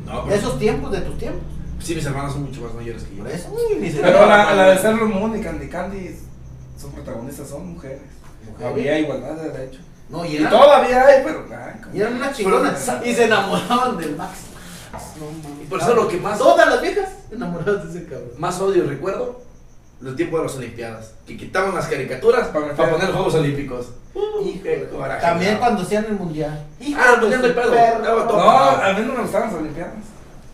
[SPEAKER 5] No,
[SPEAKER 2] De
[SPEAKER 5] pero
[SPEAKER 2] esos tiempos, de tus tiempos.
[SPEAKER 5] sí, mis hermanas son mucho más mayores que yo.
[SPEAKER 2] Por eso, güey, ni se
[SPEAKER 1] *laughs* Pero la, la de Sailor Moon y Candy Candy, sus protagonistas son mujeres.
[SPEAKER 2] Mujeres.
[SPEAKER 1] Había igualdad de derecho.
[SPEAKER 2] No, y
[SPEAKER 1] Y
[SPEAKER 2] eran,
[SPEAKER 1] todavía hay, pero. ay, como-
[SPEAKER 2] y eran unas chingonas.
[SPEAKER 5] Pero-
[SPEAKER 2] Y se enamoraban del Max. No
[SPEAKER 5] Y
[SPEAKER 2] mames.
[SPEAKER 5] por eso lo que más,
[SPEAKER 2] Todas las viejas enamoradas de ese cabrón.
[SPEAKER 5] más odio y recuerdo, el tiempo de las Olimpiadas. Que quitaban las caricaturas
[SPEAKER 1] Para
[SPEAKER 5] para,
[SPEAKER 1] meter-
[SPEAKER 5] poner Juegos Olímpicos. Qué coraje,
[SPEAKER 2] También
[SPEAKER 5] no.
[SPEAKER 2] cuando hacían el mundial. Hijo
[SPEAKER 5] Ah, el
[SPEAKER 2] de
[SPEAKER 5] mundial
[SPEAKER 2] su
[SPEAKER 5] del pedo.
[SPEAKER 2] perro.
[SPEAKER 5] Daba
[SPEAKER 1] No,
[SPEAKER 5] todo.
[SPEAKER 1] a mí no me gustaban las Olimpiadas.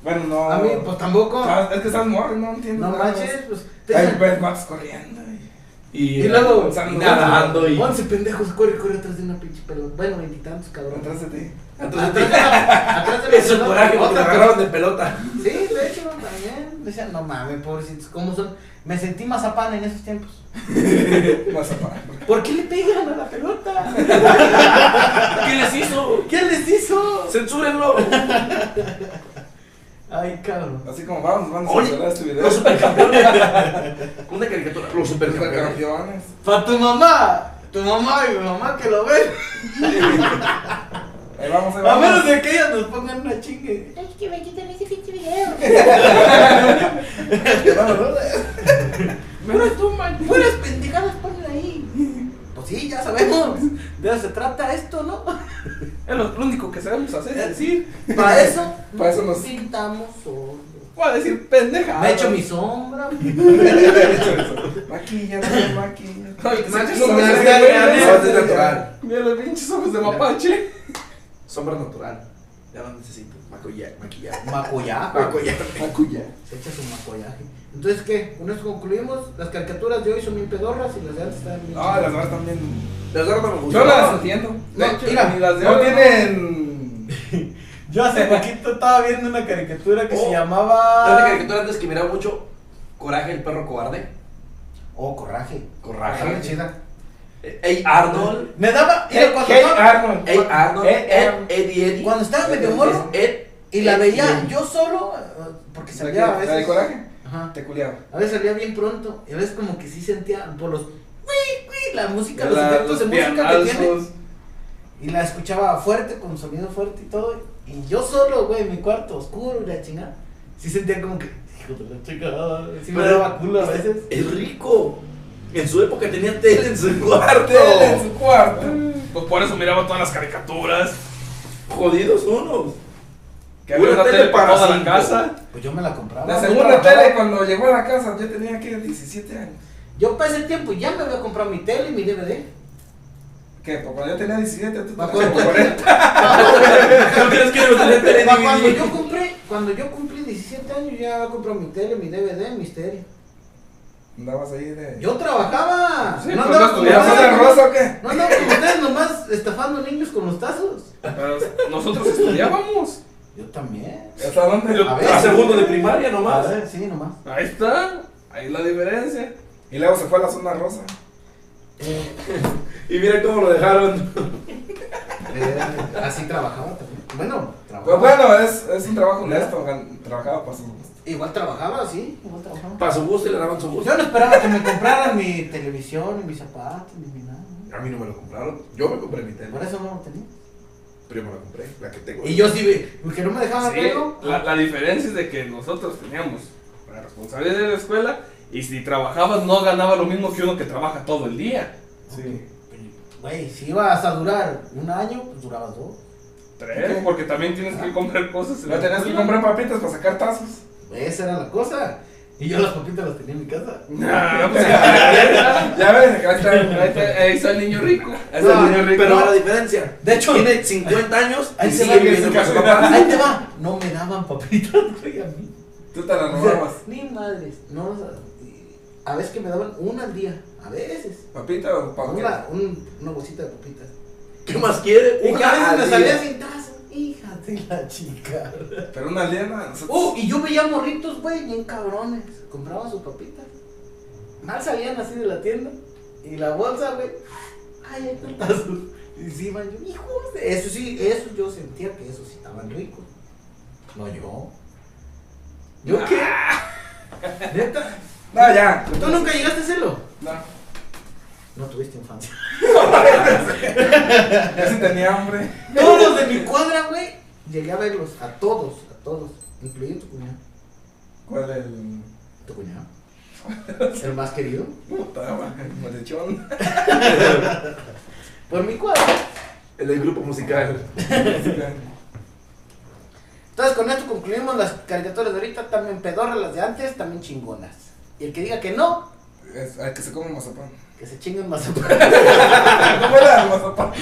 [SPEAKER 1] Bueno, no.
[SPEAKER 2] A mí, pues tampoco.
[SPEAKER 1] Estabas- Es que estás morro, no entiendo.
[SPEAKER 2] No
[SPEAKER 1] nada más.
[SPEAKER 2] manches, pues. te
[SPEAKER 1] Ahí
[SPEAKER 2] dicen,
[SPEAKER 1] ves Max corriendo. y-
[SPEAKER 5] Y, eh,
[SPEAKER 2] Y luego-
[SPEAKER 5] y nadando y.
[SPEAKER 2] Once pendejos, corre, corre atrás de una pinche pelota. Bueno, veintitantos, cabrón.
[SPEAKER 1] Atrás de ti.
[SPEAKER 5] Entonces,
[SPEAKER 2] Atrás de
[SPEAKER 5] *laughs*
[SPEAKER 2] la- atrás de la
[SPEAKER 5] es un
[SPEAKER 2] pelota.
[SPEAKER 5] coraje porque
[SPEAKER 2] Otra
[SPEAKER 5] te agarraron de pelota.
[SPEAKER 2] Sí, de hecho, también. Decían, no mames, pobrecitos, ¿cómo son? Me sentí mazapán en esos tiempos.
[SPEAKER 5] *laughs*
[SPEAKER 1] Vas a parar.
[SPEAKER 2] ¿Por qué le pegan a la pelota?
[SPEAKER 5] ¿Qué les hizo?
[SPEAKER 2] ¿Qué les hizo? *laughs*
[SPEAKER 5] ¡Censúrenlo!
[SPEAKER 2] Ay, cabrón.
[SPEAKER 1] Así como vamos, vamos a
[SPEAKER 5] Oye,
[SPEAKER 1] cerrar este video.
[SPEAKER 5] Los supercampeones. Una caricatura. Los
[SPEAKER 1] Los
[SPEAKER 5] supercampeones.
[SPEAKER 1] supercampeones.
[SPEAKER 2] Pa' tu mamá. Tu mamá y mi mamá que lo ven.
[SPEAKER 1] Ahí vamos, ahí
[SPEAKER 2] A
[SPEAKER 1] vamos.
[SPEAKER 2] menos de que ellas nos pongan una chingue.
[SPEAKER 7] Ay, que me quitan ese pinche
[SPEAKER 2] *laughs*
[SPEAKER 7] video.
[SPEAKER 2] Puras, puras pendejadas ponen ahí. Pues sí, ya sabemos. De eso se trata esto, ¿no?
[SPEAKER 4] Es lo, lo único que sabemos hacer es decir.
[SPEAKER 2] Para eso,
[SPEAKER 1] Para eso nos-
[SPEAKER 2] pintamos solos.
[SPEAKER 4] Voy a decir pendeja.
[SPEAKER 2] Me he hecho mi sombra.
[SPEAKER 1] Maquillate, maquillate.
[SPEAKER 4] Ay,
[SPEAKER 5] Más
[SPEAKER 4] sí,
[SPEAKER 5] que
[SPEAKER 4] no,
[SPEAKER 5] sombra
[SPEAKER 4] mira,
[SPEAKER 5] natural,
[SPEAKER 4] mira, mira,
[SPEAKER 5] sombra natural.
[SPEAKER 4] Mira los pinches ojos de mapache.
[SPEAKER 5] Sombra natural. Ya no necesito. Maquillar, maquillar.
[SPEAKER 2] Macoyá.
[SPEAKER 5] Maquillar.
[SPEAKER 2] Se echa su macollaje. Entonces, ¿qué? Con eso concluimos. Las caricaturas de hoy son bien pedorras y las de antes están bien.
[SPEAKER 3] Ah, las demás también.
[SPEAKER 5] Pero ahora no me
[SPEAKER 1] Yo
[SPEAKER 5] gustan.
[SPEAKER 1] las entiendo. De
[SPEAKER 2] No,
[SPEAKER 1] hecho,
[SPEAKER 2] mira,
[SPEAKER 1] ni las de
[SPEAKER 3] No
[SPEAKER 1] ahora.
[SPEAKER 3] tienen.
[SPEAKER 2] Yo hace poquito estaba viendo una caricatura que
[SPEAKER 5] Oh.
[SPEAKER 2] se Ah.
[SPEAKER 3] Ah,
[SPEAKER 5] Hay Una
[SPEAKER 2] llamaba.
[SPEAKER 5] caricatura antes que miraba mucho Coraje, el perro cobarde.
[SPEAKER 2] Oh, coraje. Coraje,
[SPEAKER 5] Coraje.
[SPEAKER 2] chida.
[SPEAKER 5] Eh, Hey Arnold.
[SPEAKER 2] Me daba. Mira, cuando
[SPEAKER 3] Hey,
[SPEAKER 2] estaba-
[SPEAKER 3] Arnold.
[SPEAKER 5] Hey Arnold.
[SPEAKER 3] Hey,
[SPEAKER 5] Ed,
[SPEAKER 3] Arnold.
[SPEAKER 5] Eddie, Eddie.
[SPEAKER 2] Eh, Cuando estaba medio
[SPEAKER 5] Es
[SPEAKER 2] morro.
[SPEAKER 5] Ed,
[SPEAKER 2] Y la
[SPEAKER 5] Ed,
[SPEAKER 2] veía
[SPEAKER 5] Eddie.
[SPEAKER 2] yo solo. eh, Porque
[SPEAKER 3] ¿La
[SPEAKER 2] salía a
[SPEAKER 3] que- la de
[SPEAKER 2] veces.
[SPEAKER 3] coraje?
[SPEAKER 2] Ajá.
[SPEAKER 3] Te culiaba.
[SPEAKER 2] A veces salía bien pronto. Y a veces como que sí sentía por los. ¡Uy, uy! La música, los
[SPEAKER 1] La-
[SPEAKER 2] efectos de música que tiene.
[SPEAKER 1] pianazos.
[SPEAKER 2] Y la escuchaba fuerte, con sonido fuerte y todo. Y yo solo, güey, en mi cuarto oscuro y la chingada. Sí sentía como que, hijo de la chingada. Sí me
[SPEAKER 5] Pero-
[SPEAKER 2] daba culo a veces.
[SPEAKER 5] Es rico. En su época tenía tele en su
[SPEAKER 1] *laughs*
[SPEAKER 5] cuarto.
[SPEAKER 3] Tele en su cuarto.
[SPEAKER 1] Pues por eso miraba todas las caricaturas.
[SPEAKER 5] Jodidos unos.
[SPEAKER 1] Que había
[SPEAKER 3] Una
[SPEAKER 1] una
[SPEAKER 3] tele
[SPEAKER 1] tele para
[SPEAKER 3] para
[SPEAKER 1] toda la
[SPEAKER 3] cinco.
[SPEAKER 1] *laughs* casa.
[SPEAKER 2] Pues yo me la compraba.
[SPEAKER 3] La
[SPEAKER 2] yo
[SPEAKER 3] segunda
[SPEAKER 2] trabajaba.
[SPEAKER 3] tele cuando llegó a la casa, yo tenía que 17 años.
[SPEAKER 2] Yo para ese tiempo ya me había comprado mi tele y mi DVD.
[SPEAKER 3] ¿Qué? Pues cuando yo tenía 17, tú
[SPEAKER 2] Me
[SPEAKER 3] tenías
[SPEAKER 2] acuerdo.
[SPEAKER 3] como 40.
[SPEAKER 5] ¿No crees que no tenía tele en
[SPEAKER 2] Pa' cuando
[SPEAKER 5] DVD?
[SPEAKER 2] yo compré, cuando yo cumplí 17 años, yo ya había comprado mi tele, mi DVD, mi estéreo.
[SPEAKER 3] Andabas ahí de.
[SPEAKER 2] Yo trabajaba.
[SPEAKER 1] Sí,
[SPEAKER 2] no
[SPEAKER 1] pues
[SPEAKER 2] andaba
[SPEAKER 1] no
[SPEAKER 2] como
[SPEAKER 1] estudiabas.
[SPEAKER 2] ustedes,
[SPEAKER 3] ¿Estudiabas de rosa o qué?
[SPEAKER 2] No andaba como ustedes nomás estafando niños con los tazos.
[SPEAKER 1] Pero nosotros estudiábamos.
[SPEAKER 2] Yo también.
[SPEAKER 3] ¿Hasta dónde?
[SPEAKER 2] A
[SPEAKER 5] A
[SPEAKER 2] ver.
[SPEAKER 5] segundo de primaria
[SPEAKER 2] A
[SPEAKER 5] nomás.
[SPEAKER 2] ver, sí, nomás.
[SPEAKER 1] Ahí está. Ahí es la diferencia.
[SPEAKER 3] Y luego se fue a la zona rosa.
[SPEAKER 2] Eh,
[SPEAKER 5] Y mira cómo lo dejaron.
[SPEAKER 2] Eh, así trabajaba también. Bueno,
[SPEAKER 3] Pues
[SPEAKER 2] trabajaba.
[SPEAKER 3] bueno, es, es un trabajo honesto. gan- Trabajaba para su gusto.
[SPEAKER 2] Igual trabajaba, sí. Igual trabajaba.
[SPEAKER 5] Para su gusto y le daban su gusto.
[SPEAKER 2] Yo no esperaba que me compraran mi televisión, ni mis zapatos, ni mi nada.
[SPEAKER 5] A mí no me lo compraron. Yo me compré mi
[SPEAKER 2] Por
[SPEAKER 5] tele.
[SPEAKER 2] eso no lo tenía.
[SPEAKER 5] Pero yo me la compré, la que tengo.
[SPEAKER 2] Y yo sí, ve- que no me dejaban
[SPEAKER 1] Sí,
[SPEAKER 2] verlo.
[SPEAKER 1] la, la diferencia es de que nosotros teníamos la responsabilidad de la escuela y si trabajabas no ganaba lo mismo que uno que trabaja todo el día.
[SPEAKER 3] Sí.
[SPEAKER 2] Güey, si ibas a durar un año, pues durabas dos.
[SPEAKER 1] Tres,
[SPEAKER 3] Ok.
[SPEAKER 1] porque también tienes que comprar cosas. en
[SPEAKER 3] Pero
[SPEAKER 1] la
[SPEAKER 3] tenías que
[SPEAKER 1] escuela.
[SPEAKER 3] comprar papitas para sacar tazos.
[SPEAKER 2] Esa era la cosa. Y yo las papitas las tenía en mi casa.
[SPEAKER 1] *laughs* Nah, pues, ya
[SPEAKER 3] Ya ves, acá está.
[SPEAKER 1] está, ahí está- ahí está el niño rico.
[SPEAKER 5] Es el
[SPEAKER 2] No,
[SPEAKER 5] niño rico.
[SPEAKER 2] no.
[SPEAKER 5] Pero la diferencia.
[SPEAKER 2] De hecho-
[SPEAKER 5] tiene 50 años
[SPEAKER 2] Ahí
[SPEAKER 5] y
[SPEAKER 2] se
[SPEAKER 5] sigue
[SPEAKER 2] va que
[SPEAKER 5] viviendo
[SPEAKER 2] se
[SPEAKER 5] con su
[SPEAKER 3] casó.
[SPEAKER 5] papá.
[SPEAKER 2] Ahí te va. No me daban papitas, güey, a mí.
[SPEAKER 3] Tú te las
[SPEAKER 2] O sea,
[SPEAKER 3] robabas.
[SPEAKER 2] ni madres. No, o sea, a veces que me daban una al día. A veces.
[SPEAKER 3] ¿Papita o
[SPEAKER 2] Una,
[SPEAKER 3] papita?
[SPEAKER 2] un- una bolsita de papitas.
[SPEAKER 5] ¿Qué más quiere?
[SPEAKER 2] Y que
[SPEAKER 5] Una
[SPEAKER 2] a veces
[SPEAKER 5] al
[SPEAKER 2] me salía
[SPEAKER 5] día.
[SPEAKER 2] sin taza. Hija de la chica.
[SPEAKER 3] Pero una aliena. nosotros-
[SPEAKER 2] Uh, y yo veía morritos, güey, bien cabrones. Compraban sus papitas. Mal salían así de la tienda. Y la bolsa, güey. Ay, hay tantas. Y sí, man, yo, hijos. de-". Eso sí, eso yo sentía que esos sí estaban ricos. No yo. ¿Yo
[SPEAKER 3] *laughs*
[SPEAKER 2] qué? ¿Neta?
[SPEAKER 3] No, ya.
[SPEAKER 2] ¿Tú nunca llegaste a hacerlo?
[SPEAKER 3] No.
[SPEAKER 2] No tuviste infancia.
[SPEAKER 3] *laughs*
[SPEAKER 2] *laughs*
[SPEAKER 3] Yo sí tenía hambre.
[SPEAKER 2] Todos los de mi cuadra, güey. Llegué a verlos. A todos, a todos. Incluyendo tu cuñado.
[SPEAKER 3] ¿Cuál el.?
[SPEAKER 2] ¿Tu cuñado? *laughs* El más querido.
[SPEAKER 3] Puta, el *laughs* maldichón.
[SPEAKER 2] Por mi cuadra.
[SPEAKER 5] El del grupo musical.
[SPEAKER 2] Entonces con esto concluimos las caricaturas de ahorita, también pedorras las de antes, también chingonas. Y el que diga que no,
[SPEAKER 3] Es- Al que se come mazapán.
[SPEAKER 2] que se chinguen más.
[SPEAKER 3] ¿Cómo era el mazapán?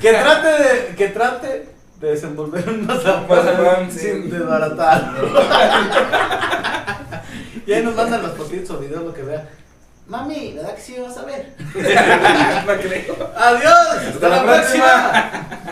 [SPEAKER 2] que trate de, que trate de desenvolver un mazapán
[SPEAKER 3] Mazapán, sí.
[SPEAKER 2] sin desbaratarlo. *laughs* y ahí nos mandan los potitos o videos lo que vea. Mami, *laughs* ¿verdad que sí vas a ver?
[SPEAKER 3] No creo.
[SPEAKER 2] Adiós, hasta,
[SPEAKER 3] la
[SPEAKER 2] la próxima.